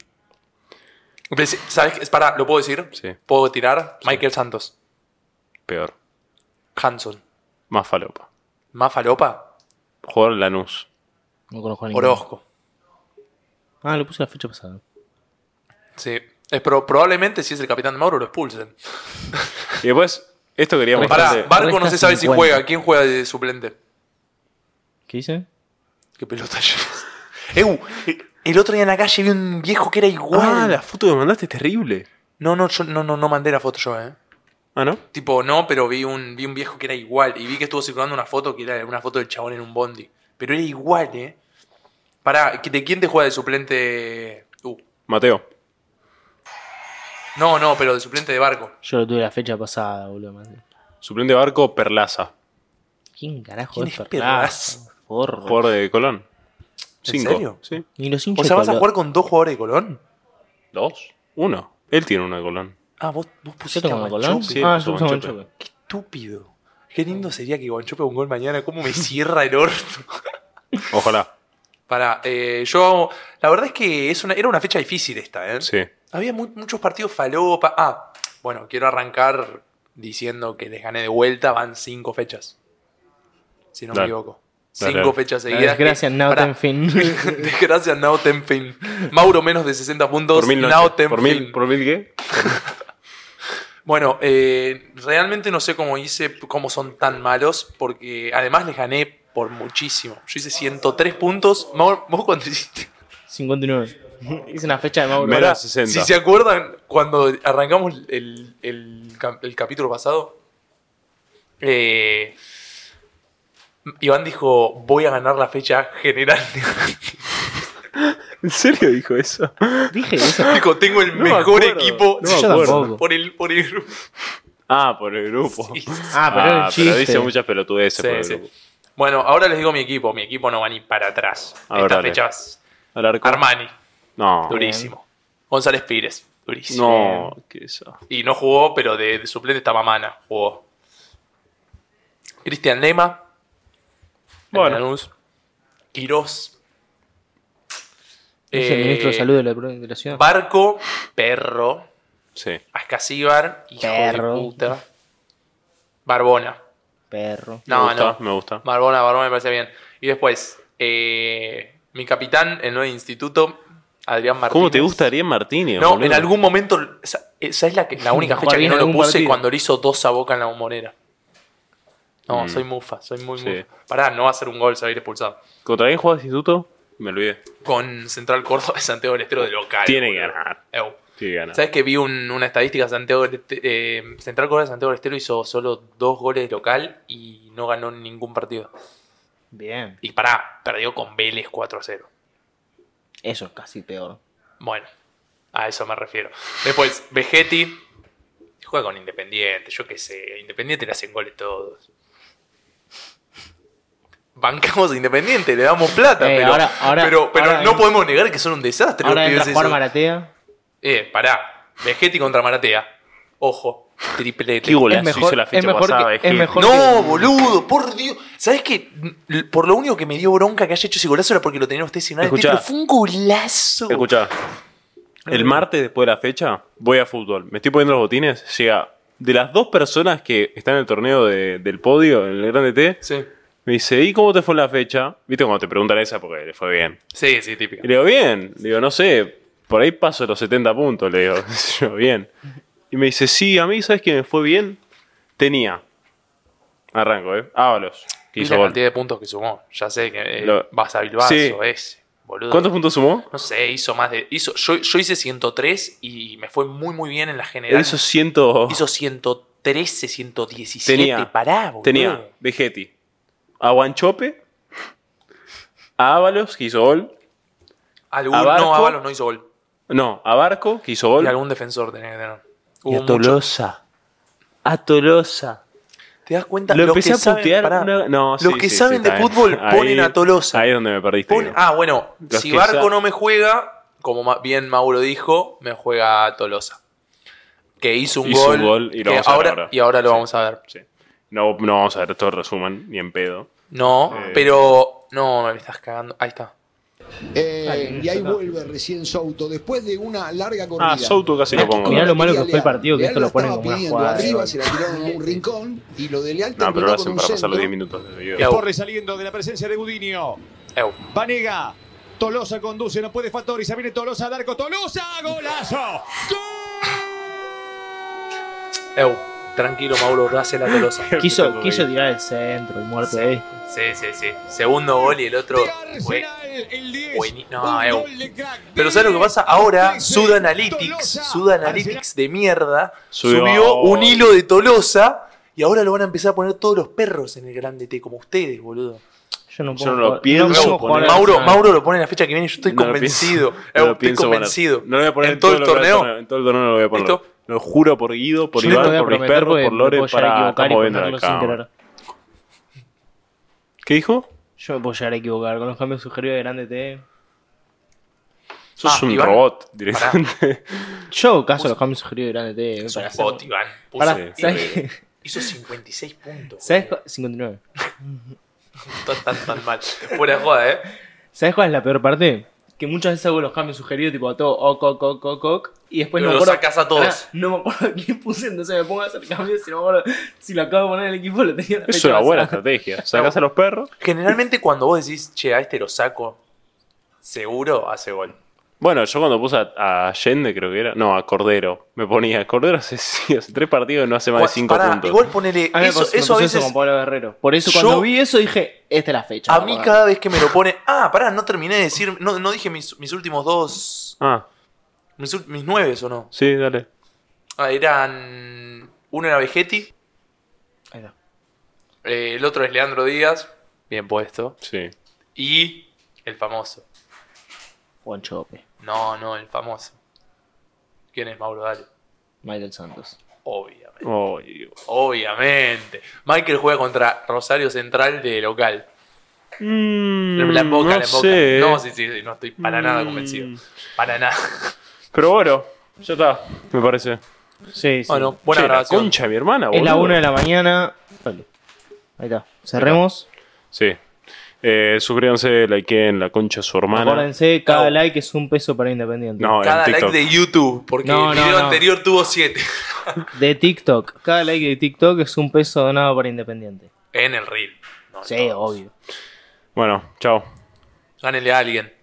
Speaker 1: Entonces, ¿Sabes? qué? Pará, ¿lo puedo decir?
Speaker 2: Sí.
Speaker 1: ¿Puedo tirar? Michael Santos.
Speaker 2: Peor.
Speaker 1: Hanson.
Speaker 2: Más falopa.
Speaker 1: Mafalopa.
Speaker 2: Jugador Lanús.
Speaker 3: No conozco a ninguno.
Speaker 1: Orozco.
Speaker 3: Ah, lo puse la fecha pasada.
Speaker 1: Sí. Es pro- probablemente si es el capitán de Mauro lo expulsen.
Speaker 2: Y después, esto queríamos
Speaker 1: Pará,
Speaker 2: bastante-
Speaker 1: Barco no
Speaker 3: resta
Speaker 1: se sabe si
Speaker 3: 50.
Speaker 1: juega. ¿Quién juega de suplente?
Speaker 3: ¿Qué dice?
Speaker 1: Qué pelota [laughs] llevas. Eu, eh, el otro día en la calle vi un viejo que era
Speaker 2: Ah,
Speaker 1: igual.
Speaker 2: la foto que mandaste es terrible.
Speaker 1: No, no, yo no, no, no mandé la foto yo, eh.
Speaker 2: Ah, ¿no?
Speaker 1: Tipo, no, pero vi un, vi un viejo que era igual. Y vi que estuvo circulando una foto que era una foto del chabón en un bondi. Pero era igual, eh. Pará, ¿de quién te juega de suplente? Uh.
Speaker 2: Mateo.
Speaker 1: No, no, pero de suplente de barco.
Speaker 3: Yo lo tuve la fecha pasada, boludo. man.
Speaker 2: Suplente Barco, Perlaza.
Speaker 3: ¿Quién carajo
Speaker 1: ¿Quién
Speaker 3: es Ah,
Speaker 1: es
Speaker 3: Perlaza? Forro.
Speaker 2: Jugador de Colón.
Speaker 1: ¿En
Speaker 2: Cinco.
Speaker 1: serio?
Speaker 2: Sí.
Speaker 3: Ni los
Speaker 1: O
Speaker 3: hinchas
Speaker 1: sea,
Speaker 3: de
Speaker 1: ¿vas a
Speaker 3: Colo-
Speaker 1: jugar con dos jugadores de Colón?
Speaker 2: Dos. Uno. Él tiene uno de Colón.
Speaker 1: Ah, vos, vos
Speaker 3: ¿Yo
Speaker 1: pusiste
Speaker 3: tengo
Speaker 1: a
Speaker 3: Colón?
Speaker 1: Manchope.
Speaker 2: Sí,
Speaker 3: ah,
Speaker 2: puso
Speaker 3: yo puse
Speaker 2: Manchope.
Speaker 3: Manchope.
Speaker 1: Qué estúpido. Qué lindo sería que Guanchope haga un gol mañana. ¿Cómo me [laughs] cierra el orto?
Speaker 2: Ojalá.
Speaker 1: Pará, eh, yo. La verdad es que es una, era una fecha difícil esta, ¿eh?
Speaker 2: Sí.
Speaker 1: Había mu- muchos partidos falopa. Ah, bueno, quiero arrancar diciendo que les gané de vuelta. Van cinco fechas. Si no
Speaker 2: Dale.
Speaker 1: me equivoco.
Speaker 2: Dale,
Speaker 1: Cinco
Speaker 2: dale.
Speaker 1: fechas seguidas. que-
Speaker 3: Gracias,
Speaker 1: pará. [laughs]
Speaker 3: Nauta, en [laughs] fin.
Speaker 1: Desgracias, Nautenfin. Mauro menos de 60 puntos.
Speaker 2: Por mil, noches.
Speaker 1: Nautenfin.
Speaker 2: por mil. ¿Por mil qué?
Speaker 1: Bueno, eh, realmente no sé cómo hice, cómo son tan malos, porque además les gané por muchísimo. Yo hice 103 puntos. Mauro, ¿Vos cuánto hiciste?
Speaker 3: 59. [laughs] Hice una fecha de Mauro.
Speaker 2: Me
Speaker 1: Pará,
Speaker 2: da 60.
Speaker 1: Si se acuerdan, cuando arrancamos el, el cap- el capítulo pasado, eh, Iván dijo, voy a ganar la fecha general.
Speaker 2: [laughs]
Speaker 1: [laughs]
Speaker 2: ¿En serio dijo eso?
Speaker 3: Dije eso.
Speaker 1: dijo, tengo el
Speaker 2: No me
Speaker 1: mejor
Speaker 2: acuerdo,
Speaker 1: equipo
Speaker 2: no me
Speaker 3: Yo
Speaker 2: acuerdo.
Speaker 1: [laughs]
Speaker 3: tampoco.
Speaker 1: por, el, por el
Speaker 2: [laughs]
Speaker 1: grupo.
Speaker 2: Ah, por el grupo.
Speaker 3: Ah, pero era un chiste.
Speaker 2: dice muchas pelotudeces
Speaker 1: Sí,
Speaker 2: por el
Speaker 1: sí.
Speaker 2: grupo.
Speaker 1: Bueno, ahora les digo mi equipo. Mi equipo no va ni para atrás.
Speaker 2: A ver,
Speaker 1: Estas
Speaker 2: dale.
Speaker 1: fechas.
Speaker 2: Al arco.
Speaker 1: Armani,
Speaker 2: No.
Speaker 1: durísimo. González Pires, durísimo.
Speaker 2: Ah. No, qué eso.
Speaker 1: Y no jugó, pero de, de suplente está Mamana. Jugó. Cristian Lema.
Speaker 2: Bueno.
Speaker 1: Bueno. Quirós.
Speaker 3: Es el
Speaker 1: Eh,
Speaker 3: ministro de salud de la, de la ciudad.
Speaker 1: Barco, Perro,
Speaker 2: Sí.
Speaker 1: Ascasíbar, hijo
Speaker 3: Perro.
Speaker 1: de puta. Barbona.
Speaker 3: Perro.
Speaker 1: No,
Speaker 2: me gusta,
Speaker 1: no.
Speaker 2: me gusta.
Speaker 1: Barbona, Barbona me parece bien. Y después, eh, mi capitán, el nuevo instituto, Adrián Martínez.
Speaker 2: ¿Cómo te gusta Ariel Martínez?
Speaker 1: No,
Speaker 2: boludo?
Speaker 1: en algún momento. Esa, esa es la, que-
Speaker 3: [laughs]
Speaker 1: la única
Speaker 3: Jugar
Speaker 1: fecha que
Speaker 3: bien
Speaker 1: no
Speaker 3: en
Speaker 1: lo
Speaker 3: algún
Speaker 1: puse
Speaker 3: partido.
Speaker 1: cuando le hizo dos a boca en la bombonera. No,
Speaker 2: Mm.
Speaker 1: soy mufa, soy muy
Speaker 2: Sí.
Speaker 1: mufa. Pará, no va a ser un gol, se va a ir expulsado.
Speaker 2: ¿Contra quién juega el instituto? Me olvidé.
Speaker 1: Con Central Córdoba de Santiago del Estero de local.
Speaker 2: Tiene que
Speaker 1: boludo.
Speaker 2: ganar.
Speaker 1: Ew.
Speaker 2: Sí, gana.
Speaker 1: ¿Sabes que vi un- una estadística? Santiago, del Este- eh, Central Córdoba de Santiago del Estero hizo solo dos goles de local y no ganó ningún partido.
Speaker 3: Bien.
Speaker 1: Y pará, perdió con Vélez 4 a 0.
Speaker 3: Eso es casi peor.
Speaker 1: Bueno, a eso me refiero. Después, Vegetti juega con Independiente, yo qué sé. Independiente le hacen goles todos. Bancamos a Independiente, le damos plata,
Speaker 3: Eh,
Speaker 1: pero,
Speaker 3: ahora- ahora-
Speaker 1: pero, pero
Speaker 3: ahora
Speaker 1: no
Speaker 3: en-
Speaker 1: podemos negar que son un desastre.
Speaker 3: Ahora
Speaker 1: los
Speaker 3: entra
Speaker 1: pibes
Speaker 3: a jugar
Speaker 1: esos.
Speaker 3: Maratea.
Speaker 1: Eh, pará. Vegetti contra Maratea. Ojo, triplete.
Speaker 2: Qué golazo
Speaker 3: mejor-
Speaker 2: hizo la
Speaker 3: es
Speaker 2: fecha
Speaker 3: mejor
Speaker 2: pasada.
Speaker 3: que-
Speaker 2: Vegetti.
Speaker 3: es mejor-
Speaker 1: No, boludo, por Dios. ¿Sabes qué? L- Por lo único que me dio bronca que haya hecho ese golazo era porque lo tenía usted sin nada.
Speaker 2: Escuchá.
Speaker 1: Pero fue un golazo.
Speaker 2: Escucha, el martes después de la fecha voy a fútbol. Me estoy poniendo los botines. Llega de las dos personas que están en el torneo de- del podio, en el Grande T,
Speaker 1: Sí.
Speaker 2: me dice, ¿y cómo te fue la fecha? Viste cuando te preguntan esa porque le fue bien.
Speaker 1: Sí, sí, típico.
Speaker 2: Y le digo, bien. Le digo, no sé, por ahí paso los 70 puntos. Le digo, [laughs] yo, bien. Y me dice, sí, a mí, ¿sabes que me fue bien? Tenía. Arranco, ¿eh? Ábalos. que
Speaker 1: Y
Speaker 2: hizo
Speaker 1: la
Speaker 2: gol.
Speaker 1: cantidad de puntos que sumó. Ya sé que eh,
Speaker 2: Lo-
Speaker 1: vas a Bilbao,
Speaker 2: Sí.
Speaker 1: ese, boludo.
Speaker 2: ¿Cuántos puntos sumó?
Speaker 1: No sé, hizo más de. Hizo, yo, yo hice 103 y me fue muy, muy bien en la general.
Speaker 2: Él hizo 100.
Speaker 1: Hizo 113, 117.
Speaker 2: Tenía-
Speaker 1: Pará, boludo.
Speaker 2: Tenía Vegetti, a Guanchope, a Ábalos, que hizo gol.
Speaker 1: Algún,
Speaker 2: a Barco.
Speaker 1: no, Ábalos no hizo gol.
Speaker 2: No, a Barco, que hizo gol.
Speaker 1: Y algún defensor tenía que tener.
Speaker 2: y
Speaker 1: Hubo
Speaker 2: a
Speaker 1: mucho-
Speaker 2: Tolosa. A Tolosa.
Speaker 1: ¿Te das cuenta?
Speaker 2: Lo
Speaker 1: Los que
Speaker 2: empecé a
Speaker 1: saben-
Speaker 2: putear.
Speaker 1: pará.
Speaker 2: una- no,
Speaker 1: Los
Speaker 2: sí,
Speaker 1: que
Speaker 2: sí,
Speaker 1: saben
Speaker 2: sí,
Speaker 1: de
Speaker 2: está bien.
Speaker 1: fútbol ponen
Speaker 2: Ahí-
Speaker 1: a Tolosa.
Speaker 2: Ahí es donde me perdiste.
Speaker 1: Pone-
Speaker 2: digo.
Speaker 1: ah, bueno,
Speaker 2: Los
Speaker 1: si
Speaker 2: que
Speaker 1: Barco
Speaker 2: sa-
Speaker 1: no me juega, como ma- bien Mauro dijo, me juega Tolosa. Que hizo un
Speaker 2: Hizo
Speaker 1: gol.
Speaker 2: un gol y
Speaker 1: que
Speaker 2: lo vamos a ver
Speaker 1: ahora,
Speaker 2: ahora.
Speaker 1: Y ahora lo vamos a ver.
Speaker 2: Sí. No, no vamos a ver todo el resumen, ni en pedo.
Speaker 1: No,
Speaker 2: Eh.
Speaker 1: pero. No, me estás cagando. Ahí está.
Speaker 6: Eh,
Speaker 3: Ay,
Speaker 6: y ahí
Speaker 3: Ah, eso no.
Speaker 6: vuelve recién Souto, después de una larga corrida.
Speaker 2: Ah, Souto casi lo pongo.
Speaker 3: Mirá lo malo que
Speaker 6: Leal.
Speaker 3: fue el partido, que
Speaker 6: Leal
Speaker 3: esto lo
Speaker 6: la estaba
Speaker 3: ponen como una
Speaker 6: pidiendo
Speaker 3: jugada de
Speaker 6: Arriba
Speaker 3: gol.
Speaker 6: se la tiraron a
Speaker 3: [laughs]
Speaker 6: un rincón y lo de Leal
Speaker 2: No, pero lo
Speaker 6: terminó con
Speaker 2: hacen
Speaker 6: un
Speaker 2: para pasar los
Speaker 6: centro.
Speaker 2: 10 minutos de video.
Speaker 1: ¿Qué hago?
Speaker 7: Torres saliendo de la presencia de Gudinio.
Speaker 1: Eu.
Speaker 7: Vanega. Tolosa conduce, no puede Fattori. Se viene Tolosa al arco. Tolosa, golazo.
Speaker 1: Eu. Tranquilo, Mauro, hace la
Speaker 2: [laughs]
Speaker 1: Tolosa.
Speaker 3: Quiso, quiso tirar el centro, el muerto este. ahí.
Speaker 1: Sí, sí, sí. Segundo gol y el otro.
Speaker 7: De
Speaker 1: fue-
Speaker 7: Arsenal, el 10.
Speaker 1: bueni- no,
Speaker 7: Un
Speaker 1: eh,
Speaker 7: gol de crack.
Speaker 1: Pero ¿sabes lo que pasa? Ahora,
Speaker 7: 13,
Speaker 1: Sud Analytics,
Speaker 7: Tolosa.
Speaker 1: Sud Analytics de mierda,
Speaker 2: Subió.
Speaker 1: subió un hilo de Tolosa y ahora lo van a empezar a poner todos los perros en el grande T, como ustedes, boludo.
Speaker 3: Yo no,
Speaker 2: Yo
Speaker 3: puedo
Speaker 2: no lo
Speaker 3: jugar-
Speaker 2: pienso poner.
Speaker 3: podemos jugar al
Speaker 1: Mauro,
Speaker 3: Arsenal.
Speaker 1: Mauro lo pone en la fecha que viene, yo estoy
Speaker 2: No lo
Speaker 1: convencido.
Speaker 2: pienso-
Speaker 1: Eh,
Speaker 2: [laughs] no lo
Speaker 1: estoy
Speaker 2: pienso poner.
Speaker 1: convencido.
Speaker 2: No lo voy a poner
Speaker 1: en todo el
Speaker 2: lo que voy a
Speaker 1: torneo.
Speaker 2: poner, En todo el torneo no lo voy a poner.
Speaker 1: ¿Listo?
Speaker 2: Lo juro por Guido, por
Speaker 3: Yo no te voy
Speaker 2: Iván,
Speaker 3: a
Speaker 2: por
Speaker 3: prometer
Speaker 2: Luis Perro,
Speaker 3: porque
Speaker 2: por
Speaker 3: me
Speaker 2: Lore,
Speaker 3: puedo llegar a
Speaker 2: para
Speaker 3: equivocar y
Speaker 2: estamos viendo
Speaker 3: ponerlo
Speaker 2: la
Speaker 3: sin
Speaker 2: cámara.
Speaker 3: querer.
Speaker 2: ¿Qué dijo?
Speaker 3: Yo me puedo llegar a equivocar con los cambios sugeridos de grande T.
Speaker 2: Sos
Speaker 1: Ah,
Speaker 2: un
Speaker 1: Iván.
Speaker 2: robot directamente.
Speaker 3: Yo caso los cambios sugeridos de grande T.
Speaker 1: Es un
Speaker 3: para hacer-
Speaker 1: bot, Iván. Puso-
Speaker 3: Pará,
Speaker 2: Sí,
Speaker 3: ¿sabes
Speaker 1: sí.
Speaker 3: qué? [laughs]
Speaker 1: Hizo 56 puntos.
Speaker 3: ¿Sabes
Speaker 1: boludo.
Speaker 3: cuál? 59.
Speaker 1: Está tan, tan mal. Fuera de joda, ¿eh?
Speaker 3: ¿Sabes cuál es la peor parte? Que muchas veces hago los cambios sugeridos, tipo a todo, ok, ok, ok, ok, ok, y después
Speaker 1: Pero
Speaker 3: no me
Speaker 1: los
Speaker 3: acuerdo.
Speaker 1: sacás a todos.
Speaker 3: Pará, no me acuerdo [laughs] quién puse, entonces me pongo a hacer cambios y no me acuerdo. Si lo acabo de poner en el equipo, lo tenía en la
Speaker 2: Es
Speaker 3: fecha
Speaker 2: una
Speaker 3: [laughs]
Speaker 2: buena
Speaker 3: pasada.
Speaker 2: estrategia. Sacás a los perros.
Speaker 1: Generalmente cuando vos decís, che, a este lo saco, seguro hace gol.
Speaker 2: Bueno, yo cuando puse a, a Allende, creo que era. No, a Cordero. Me ponía. Cordero hace, [laughs] sí, hace tres partidos y no hace más de cinco
Speaker 1: Pará,
Speaker 2: puntos.
Speaker 1: Igual ponele.
Speaker 3: A mí me
Speaker 1: Eso,
Speaker 3: pasó- me
Speaker 1: eso a
Speaker 3: pasó
Speaker 1: veces.
Speaker 3: con Pablo Guerrero. Por eso cuando
Speaker 1: Yo-
Speaker 3: vi eso dije, esta es la fecha.
Speaker 1: A mí cada vez que me lo pone. Ah, pará, no terminé de decir. No, no dije mis, mis últimos dos.
Speaker 2: Ah,
Speaker 1: Mis, ul- mis nueve o no.
Speaker 2: sí, dale.
Speaker 1: Ah, eran. Uno era Vegetti.
Speaker 3: Ahí está.
Speaker 1: eh, el otro es Leandro Díaz. Bien puesto.
Speaker 2: Sí.
Speaker 1: Y. El famoso.
Speaker 3: Juan Chope,
Speaker 1: No, no, el famoso. ¿Quién es Mauro Dale?
Speaker 3: Michael Santos.
Speaker 1: Obviamente.
Speaker 2: Oh, Dios.
Speaker 1: Obviamente. Michael juega contra Rosario Central de local.
Speaker 2: Mm,
Speaker 1: La boca,
Speaker 2: no
Speaker 1: la boca.
Speaker 2: sé. eh. Mm.
Speaker 1: No, sí, sí, sí, no estoy para nada convencido. Para nada.
Speaker 2: Pero bueno, ya está, me parece.
Speaker 3: Sí, sí.
Speaker 1: Bueno, buena
Speaker 2: Che, la
Speaker 1: grabación.
Speaker 2: concha de mi hermana,
Speaker 3: es la
Speaker 2: boludo.
Speaker 3: 1 de la mañana. Dale. Ahí está. Cerremos.
Speaker 2: Sí. Eh, suscríbanse, likeen la concha de su
Speaker 1: Ah,
Speaker 2: hermana.
Speaker 3: Acuérdense, cada
Speaker 1: Chau.
Speaker 3: like es un peso para Independiente.
Speaker 2: No,
Speaker 1: Cada
Speaker 2: en
Speaker 1: like
Speaker 2: TikTok.
Speaker 1: de YouTube, porque
Speaker 3: No,
Speaker 1: el
Speaker 3: no,
Speaker 1: video
Speaker 3: no.
Speaker 1: anterior tuvo 7.
Speaker 3: De TikTok. Cada like de TikTok es un peso donado para Independiente.
Speaker 1: En el reel. No,
Speaker 3: Sí,
Speaker 1: no.
Speaker 3: obvio.
Speaker 2: Bueno, chao.
Speaker 1: Gánele a alguien.